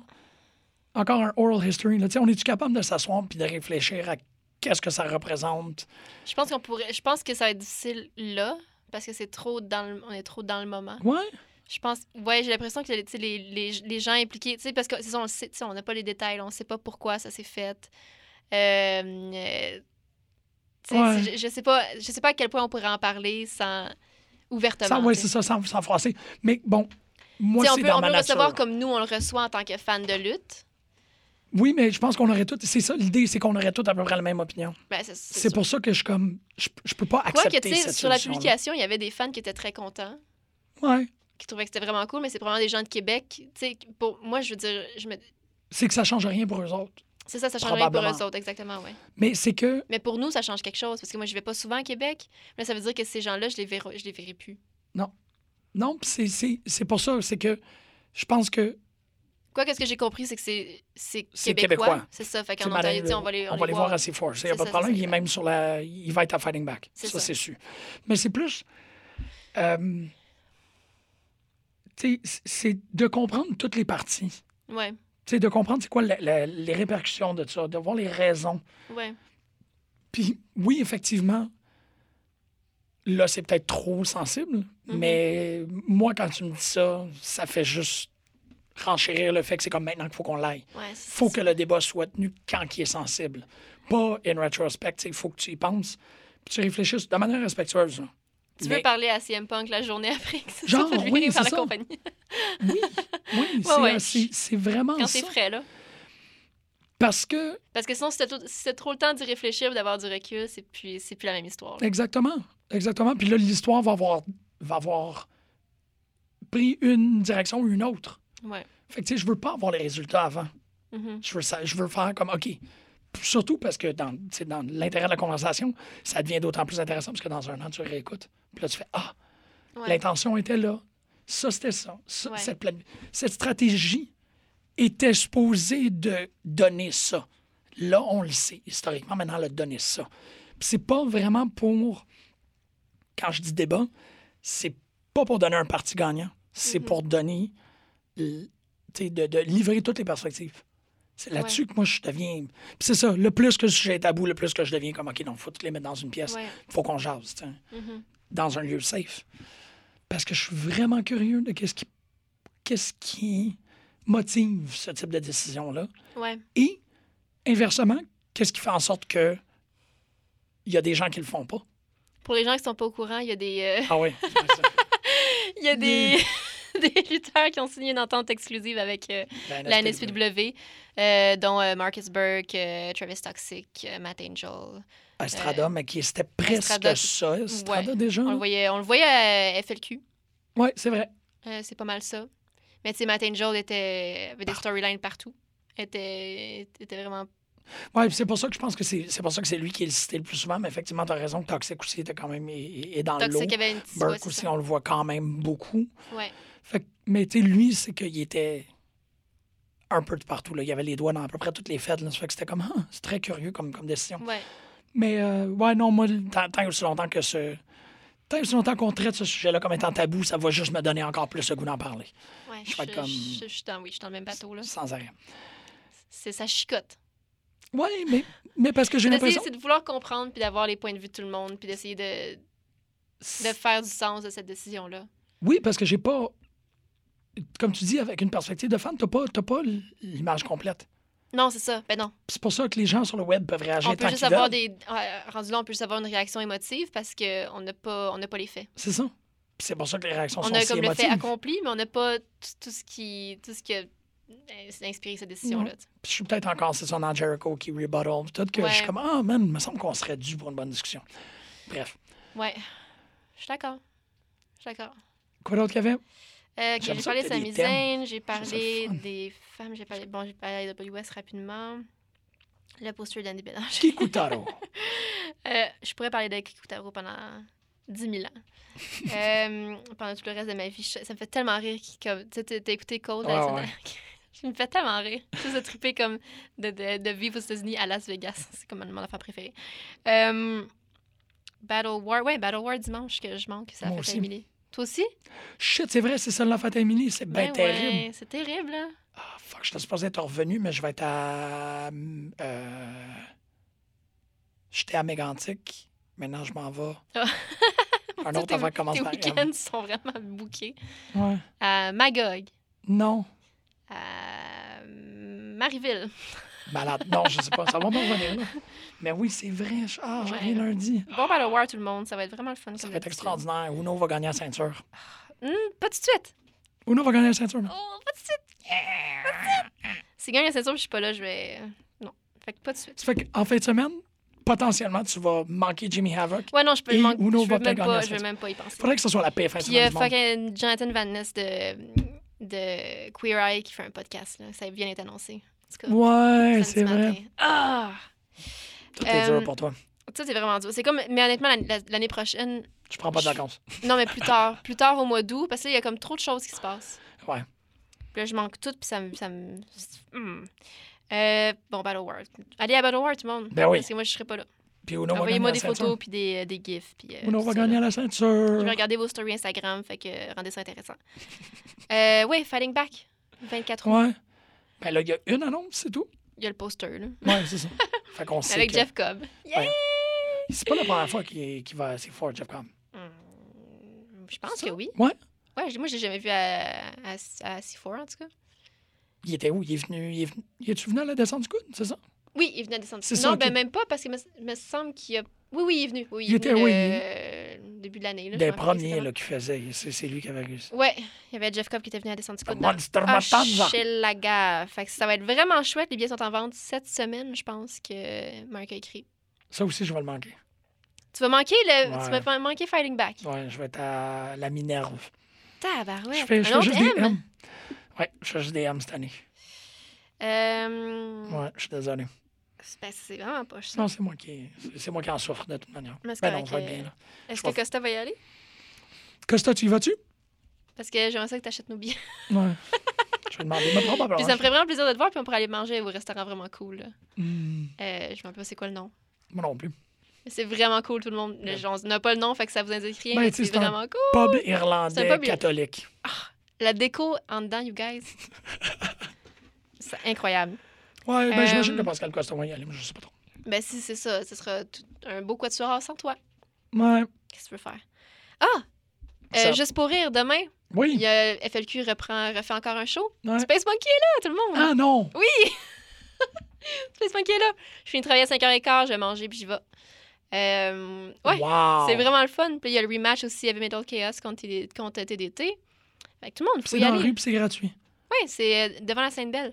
E: encore un oral history. Là. Tu sais, On est-tu capable de s'asseoir puis de réfléchir à qu'est-ce que ça représente?
F: Je pense qu'on pourrait. Je pense que ça va être difficile là parce que c'est trop dans le... on est trop dans le moment.
E: Ouais,
F: Je pense. Ouais, j'ai l'impression que tu sais, les, les, les gens impliqués, tu sais, parce que c'est ça, on le sait, tu sais, on n'a pas les détails, on ne sait pas pourquoi ça s'est fait. Euh, euh, tu sais,
E: Ouais.
F: c'est- je, je sais pas, je sais pas à quel point on pourrait en parler sans ouvertement.
E: ça, ouais
F: tu
E: c'est
F: sais.
E: ça, sans, sans froisser. Mais bon, moi,
F: Tu sais, on
E: c'est
F: peut,
E: dans
F: on
E: ma
F: peut le
E: nature.
F: recevoir comme nous on le reçoit en tant que fan de lutte.
E: Oui, mais je pense qu'on aurait tout. C'est ça, l'idée, c'est qu'on aurait tout à peu près la même opinion.
F: Ben, c'est- c'est
E: C'est
F: sûr.
E: pour ça que je comme je, je peux pas
F: Quoi que
E: accepter
F: tu sais,
E: cette
F: sur la
E: solution-là.
F: publication, il y avait des fans qui étaient très contents.
E: Ouais.
F: qui trouvaient que c'était vraiment cool, mais c'est probablement des gens de Québec. Tu sais, pour moi, je veux dire, je me...
E: C'est que ça change rien pour eux autres.
F: c'est ça, ça change rien pour
E: Probablement.
F: eux autres, exactement, ouais.
E: Mais c'est que
F: Mais pour nous, ça change quelque chose, parce que moi, je vais pas souvent à Québec. Là, ça veut dire que ces gens-là, je les verrai, je les verrai plus.
E: non, pis c'est c'est c'est pour ça, c'est que je pense que
F: Quoi, qu'est-ce que j'ai compris, c'est que c'est c'est
E: C'est
F: québécois.
E: québécois.
F: C'est ça, fait
E: c'est
F: qu'en
E: malin,
F: Ontario, tu sais,
E: là.
F: on va les,
E: on va les voir assez fort. Il y a
F: C'est
E: pas de
F: ça,
E: problème.
F: c'est
E: Il est
F: ça.
E: même sur la, il va être à fighting back.
F: C'est
E: Ça,
F: ça.
E: c'est sûr. Mais c'est plus, euh, tu sais, c'est de comprendre toutes les parties.
F: Ouais,
E: Tu sais, de comprendre c'est quoi la- la- les répercussions de ça, de voir les raisons.
F: ouais.
E: Puis oui, effectivement, là, c'est peut-être trop sensible,
F: Mhm.
E: mais moi, quand tu me dis ça, ça fait juste renchérir le fait que c'est comme maintenant qu'il faut qu'on l'aille.
F: ouais
E: Il
F: c'est-
E: faut que le débat soit tenu quand il est sensible. Pas in retrospect, il faut que tu y penses, puis tu réfléchisses de manière respectueuse. là.
F: Tu
E: Mais
F: veux parler à CM Punk la journée après que ça
E: Genre,
F: soit
E: oui,
F: libéré par
E: c'est
F: la
E: ça.
F: compagnie,
E: Oui, oui, c'est,
F: ouais.
E: euh, c'est- c'est vraiment
F: quand c'est
E: ça.
F: frais, là.
E: Parce que,
F: Parce que sinon, si t'as tout- si t'as trop le temps d'y réfléchir ou d'avoir du recul, c'est plus, c'est plus la même histoire. là.
E: exactement, exactement, puis là, l'histoire va avoir, va avoir pris une direction ou une autre.
F: Ouais.
E: Fait que, tu sais, je veux pas avoir les résultats avant.
F: Mhm.
E: Je veux, ça- je veux faire comme, OK. Surtout parce que dans, tu sais, dans l'intérêt de la conversation, ça devient d'autant plus intéressant parce que dans un an, tu réécoutes. Puis là, tu fais, ah,
F: Ouais.
E: l'intention était là. Ça, c'était ça. Ça,
F: Ouais.
E: cette, plan- cette stratégie était supposée de donner ça. Là, on le sait historiquement. Maintenant, elle a donné ça. Puis c'est pas vraiment pour... Quand je dis débat, c'est pas pour donner un parti gagnant. C'est pour donner... l- tu sais, de, de livrer toutes les perspectives. C'est là-dessus que moi, je deviens... Puis c'est ça, le plus que le sujet est tabou, le plus que je deviens comme, OK, non, faut toutes les mettre dans une pièce.
F: Ouais. Mm-hmm.
E: faut qu'on jase, tu sais dans un lieu safe. Parce que je suis vraiment curieux de qu'est-ce qui, qu'est-ce qui motive ce type de décision-là.
F: Ouais.
E: Et inversement, qu'est-ce qui fait en sorte que il y a des gens qui le font pas.
F: Pour les gens qui sont pas au courant, il y a des, euh,
E: Ah oui.
F: il y a des, des lutteurs qui ont signé une entente exclusive avec euh,
E: Ben,
F: la NSPW, euh, dont euh, Marcus Burke, euh, Travis Toxic, euh, Matt Angel.
E: Estrada, mais qui c'était presque
F: Euh, Estrada,
E: ça. Estrada
F: ouais.
E: déjà.
F: On le
E: là?
F: voyait, on le voyait à FLQ.
E: Oui, c'est vrai.
F: Euh, c'est pas mal ça. Mais tu sais, Matt Angel était, avait
E: Bah.
F: des storylines partout. Était, était vraiment.
E: Ouais, puis c'est pour ça que je pense que c'est, c'est pour ça que c'est lui qui est cité le plus souvent, mais effectivement, tu as raison que Toxic aussi était quand même est, est dans le
F: Toxic
E: lot.
F: avait une petite. ouais,
E: Burke
F: c'est
E: aussi,
F: ça.
E: on le voit quand même beaucoup.
F: Ouais.
E: Fait que- mais tu sais, lui, c'est qu'il était un peu de partout. Là. Il avait les doigts dans à peu près toutes les fêtes. Là. Ça fait que c'était comme, Ah, c'est très
F: hein. Mm.
E: curieux comme, comme décision.
F: Ouais.
E: Mais euh, ouais, non, moi, tant, tant et aussi longtemps que ce. Tant et aussi longtemps qu'on traite ce sujet-là comme étant tabou, ça va juste me donner encore plus le goût d'en parler.
F: Ouais,
E: Je
F: je,
E: fais comme-
F: je- je suis dans, oui, je suis dans le même bateau. Là.
E: Sans arrêt.
F: C'est, ça chicote.
E: Oui, mais, mais parce que j'ai
F: D'essayer,
E: l'impression.
F: c'est de vouloir comprendre puis d'avoir les points de vue de tout le monde puis d'essayer de, de faire du sens de cette décision-là.
E: Oui, parce que j'ai pas. Comme tu dis, avec une perspective de fan, t'as pas, t'as pas l'image complète.
F: Non, c'est ça. Ben non.
E: C'est pour ça que les gens sur le web peuvent réagir
F: On peut
E: tant
F: juste
E: qu'ils
F: avoir
E: veulent.
F: des. ouais, rendu là, on peut juste avoir une réaction émotive parce qu'on n'a pas, on n'a pas les faits.
E: C'est ça. Puis C'est pour ça que les réactions
F: on
E: sont
F: a
E: si
F: comme le fait
E: émotives.
F: accompli, mais on n'a pas tout, tout ce qui tout ce qui a euh, inspiré cette décision-là. tu sais.
E: Puis je suis peut-être encore, c'est son Jericho qui rebuttal. Peut-être que je suis
F: Ouais.
E: comme, ah, man, il me semble qu'on serait dû pour une bonne discussion. Bref.
F: Ouais. Je suis d'accord. Je suis d'accord.
E: Quoi d'autre qu'il y avait?
F: Euh, ok,
E: J'aime
F: j'ai
E: ça
F: parlé
E: que
F: de
E: t'as
F: sa
E: des thèmes.
F: misaine, j'ai
E: trouve ça
F: parlé
E: fun.
F: des femmes, j'ai parlé. Bon, j'ai parlé de AWS rapidement. Le posture d'Andy Bélange.
E: Kikutaro.
F: Euh, je pourrais parler de Kikutaro pendant 10 000 ans. Euh, pendant tout le reste de ma vie. Je- ça me fait tellement rire. qu'il- comme- Tu sais, t'as- t'as écouté Cold
E: Ouais,
F: la semaine
E: ouais.
F: dernière. Je me fais tellement rire. Ça, c'est trippé comme de, de, de vivre aux États-Unis à Las Vegas. C'est comme mon affaire préférée. Euh, Battle War. Ouais, Battle War dimanche que je manque. Ça
E: Moi
F: fait
E: aussi.
F: familier. Toi aussi?
E: Shit, c'est vrai, c'est celle-là, Fat Emily. C'est bien
F: Ben
E: terrible.
F: ouais, c'est terrible, hein?
E: Ah, fuck, je te supposé être revenu, mais je vais être à. euh, J'étais à Mégantic. Maintenant, je m'en vais.
F: Ah.
E: Un
F: Tous
E: autre
F: tes-
E: avant commence
F: Tes
E: par
F: week-ends sont vraiment bouqués.
E: M. Ouais.
F: À Magog.
E: Non.
F: À Marieville.
E: Malade. Non, je sais pas. Ça va pas revenir là. Mais oui, c'est vrai. Je- Ah, je
F: Ouais.
E: reviens lundi.
F: Bon Battle War, tout le monde. Ça va être vraiment le fun.
E: Ça
F: comme
E: va être
F: d'habitude.
E: extraordinaire. Uno va gagner la ceinture.
F: Hmm, pas tout de suite.
E: Uno va gagner la ceinture. non?
F: Oh, pas de suite. Pas de suite. Si gagne la ceinture, je suis pas là, je vais. Non. Fait que pas de suite.
E: Ça fait qu'en fin de semaine, potentiellement, tu vas manquer Jimmy Havoc.
F: Ouais, non, je peux,
E: Et
F: manque-
E: Uno
F: je
E: va
F: veux même
E: peut-être gagner la
F: pas, je veux
E: ceinture.
F: même pas y penser.
E: Faudrait que ce soit la paix fin de
F: Puis euh, il y
E: semaine.
F: a
E: du monde.
F: fucking Jonathan Van Ness de, de Queer Eye qui fait un podcast, là. Ça vient d'être annoncé. En tout cas,
E: Ouais,
F: samedi
E: c'est
F: matin.
E: vrai.
F: Ah!
E: Tout est dur
F: Euh,
E: pour toi.
F: Ça, c'est vraiment dur. C'est comme, mais honnêtement, l'année- la- l'année prochaine,
E: Tu prends pas de
F: je-
E: vacances.
F: non, mais plus tard, plus tard au mois d'août, parce que là, il y a comme trop de choses qui se passent.
E: Ouais.
F: Puis là, je manque tout, puis ça me. Ça me... hmm. Euh, bon, Battle War. Allez à Battle War, tout le monde.
E: Ben oui.
F: Parce que moi, je serai pas là.
E: Puis Uno va gagner
F: Envoyez-moi
E: la
F: des
E: ceinture.
F: photos, puis des, des gifs. Puis, euh,
E: Uno
F: tout
E: va
F: ça,
E: gagner
F: là.
E: la
F: Je vais
E: ceinture.
F: regarder vos stories Instagram, fait que euh, rendez ça intéressant. euh, ouais, Fighting Back, 24 ans.
E: Ouais. Ben là, il y a une annonce, c'est tout.
F: Il y a le poster, là.
E: Ouais, c'est ça. fait qu'on sait.
F: Avec
E: que-
F: Jeff Cobb.
E: C'est pas la première fois qu'il qu'il va. C'est fort, Jeff Cobb.
F: Hmm, Je pense
E: C'est
F: que
E: ça?
F: oui.
E: Ouais.
F: Ouais, j'ai- moi, j'ai jamais vu à, à, à C4, en tout cas.
E: Il était où Il est venu. Il est venu... il est-tu venu à la descente du coude, c'est ça
F: Oui, il venait de descendre.
E: C'est
F: Non,
E: ça, ok.
F: ben même pas, parce que me, me semble qu'il y a. Oui, oui, il est venu. Oui,
E: Il
F: il, est
E: était-
F: venu
E: oui,
F: le début de l'année. là, je
E: Des
F: me rappelle
E: premiers
F: exactement.
E: Ben, là, qui faisait. C'est c'est lui qui avait réussi.
F: Ouais, il y avait Jeff Cobb qui était venu à descendre du
E: Le
F: coude. dans-
E: Monster
F: Ah,
E: Matanza.
F: chez Laga. Fait que ça va être vraiment chouette. Les billets sont en vente cette semaine, je pense, que Marc a écrit.
E: Ça aussi, je vais le manquer.
F: Tu vas manquer le.
E: Ouais.
F: Tu vas pas manquer Fighting Back.
E: Ouais, je vais être à la Minerve.
F: Tabarouette.
E: je fais, je
F: Un
E: fais
F: autre
E: juste des
F: M.
E: M. Ouais, je fais juste des M cette année.
F: Euh,
E: Ouais, je suis désolé.
F: c'est- ben, c'est vraiment pas ça.
E: Non, c'est moi qui. c'est- C'est moi qui en souffre de toute manière.
F: Mais c'est
E: Ben non,
F: correct,
E: je vais être
F: euh,
E: bien là.
F: Est-ce
E: je
F: que
E: vais-
F: Costa va y aller?
E: Costa, tu y vas-tu
F: Parce que j'aimerais ça que t'achètes nos billets.
E: Ouais. je vais demander. Mais probablement.
F: Puis ça me ferait vraiment plaisir de te voir, puis on pourrait aller manger au restaurant vraiment cool. là.
E: Hmm,
F: Euh, je me rappelle pas c'est quoi le nom.
E: moi non plus.
F: Mais C'est vraiment cool, tout le monde. Le-
E: Ouais.
F: On n'a pas le nom, fait que ça vous indique rien.
E: Ben,
F: mais
E: tu sais,
F: c'est
E: c'est un-
F: vraiment
E: Pub
F: cool. C'est
E: irlandais
F: un pub-
E: catholique.
F: La déco en dedans, you guys. c'est incroyable.
E: Ouais, ben
F: Euh,
E: j'imagine que Pascal Costa va y aller, mais je sais pas trop.
F: Ben si, c'est ça. Ce sera tout- un beau quatuor sans toi.
E: Ouais.
F: Qu'est-ce que tu veux faire? Ah! Euh,
E: Ça-
F: juste pour rire, demain, il
E: Oui.
F: y a FLQ reprend, refait encore un show.
E: Ouais.
F: Space Monkey est là, tout le monde!
E: Ah non!
F: Space Monkey est là! Je finis de travailler à 5h15, je vais manger, puis j'y vais. Euh, ouais,
E: Wow.
F: c'est vraiment le fun. Puis il y a le rematch aussi avec Metal Chaos contre, TD contre TDT. Fait que tout le monde, faut
E: C'est
F: y
E: dans la
F: aller.
E: rue puis c'est gratuit.
F: Ouais, c'est euh, devant la Sainte-Belle.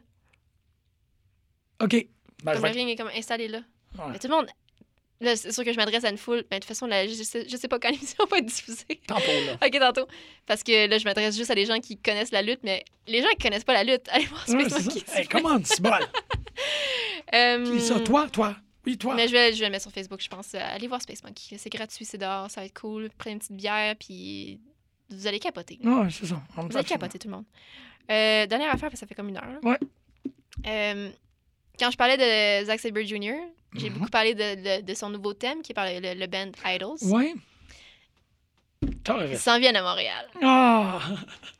E: OK. Ben, je
F: Comme
E: vais
F: le ring est comme installé là.
E: Ouais.
F: Mais tout le monde... Là, c'est sûr que je m'adresse à une foule. Mais de toute façon, là, je, sais, je sais pas quand l'émission va être diffusée.
E: tantôt, là.
F: Ok, tantôt. Parce que là, je m'adresse juste à des gens qui connaissent la lutte, mais les gens qui connaissent pas la lutte, allez voir
E: Ouais,
F: Space
E: c'est
F: Monkey. Euh,
E: ça. Hey, comment tu bol? Qui ça? Toi, toi? Oui, toi.
F: Mais je vais, je vais le mettre sur Facebook, je pense. Euh, Allez voir Space Monkey. C'est gratuit, c'est dehors, ça va être cool. Prenez une petite bière, puis vous allez capoter.
E: Ouais, c'est ça. On
F: Vous allez capoter, tout le monde. Euh, dernière affaire, parce que ça fait comme une heure. là.
E: Ouais.
F: Euh, quand je parlais de Zack Sabre Jr., j'ai
E: Mhm.
F: beaucoup parlé de, de- de son nouveau thème qui est par le, le- le band Idols.
E: Ouais. T'aurais
F: Ils
E: raison.
F: s'en viennent à Montréal.
E: Ah!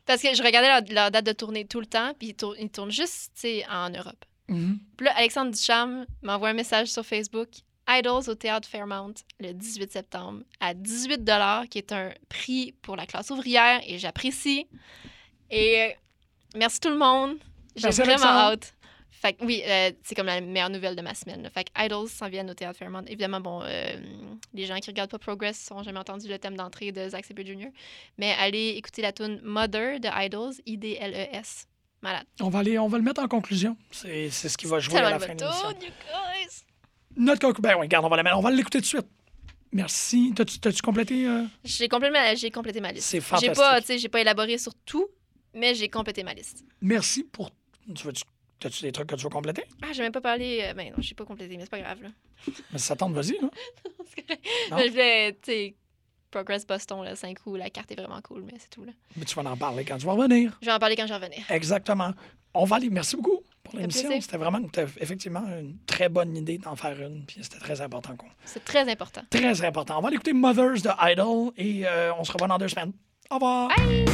F: Parce que je regardais leur, leur date de tournée tout le temps, puis ils tour- ils tournent juste, tu sais, en Europe.
E: Mhm.
F: Puis là, Alexandre Ducharme m'envoie un message sur Facebook. Idols au théâtre Fairmount le 18 septembre à 18 qui est un prix pour la classe ouvrière et j'apprécie. Et euh, merci tout le monde. J'ai
E: Merci,
F: vraiment
E: Alexandre.
F: hâte. Fait que oui, euh, c'est comme la meilleure nouvelle de ma semaine. là. Fait que Idols s'en viennent au théâtre Fairmount. Évidemment, bon, euh, les gens qui regardent pas Progress ont jamais entendu le thème d'entrée de Zach Sabre Jr. Mais allez écouter la tune Mother de Idols, I-D-L-E-S. E Malade.
E: On va, aller, on va le mettre en conclusion. C'est c'est ce qui va jouer à
F: Tellement
E: la
F: de
E: fin
F: bonne
E: de l'émission.
F: tune, you guys!
E: Notre conclusion. Ben oui, regarde, on va la mettre- on va l'écouter tout de suite. Merci. T'as-tu t'as-tu complété? euh?
F: J'ai complété ma, j'ai complété ma liste.
E: C'est
F: J'ai
E: fantastique.
F: pas, tu sais, j'ai pas élaboré sur tout, mais j'ai complété ma liste.
E: Merci pour. Tu veux, t'as-tu des trucs que tu veux compléter?
F: Ah, j'ai même pas parlé. euh, ben non, j'ai pas complété, mais c'est pas grave là.
E: Mais si ça tente, vas-y. là.
F: Parce que-
E: Non.
F: je voulais, tu sais, Progress Boston là, 5 coups, la carte est vraiment cool, mais c'est tout là.
E: Mais tu vas en parler quand tu vas revenir.
F: Je vais en parler quand je revenais.
E: Exactement. On va aller. Merci beaucoup pour
F: Fait
E: l'émission.
F: plaisir.
E: C'était vraiment, une- t'as effectivement, une très bonne idée d'en faire une. Puis c'était très important. qu'on-
F: C'est très important.
E: Très important. On va aller écouter Mothers de Idol et euh, on se revoit dans deux semaines. Au revoir.
F: Bye.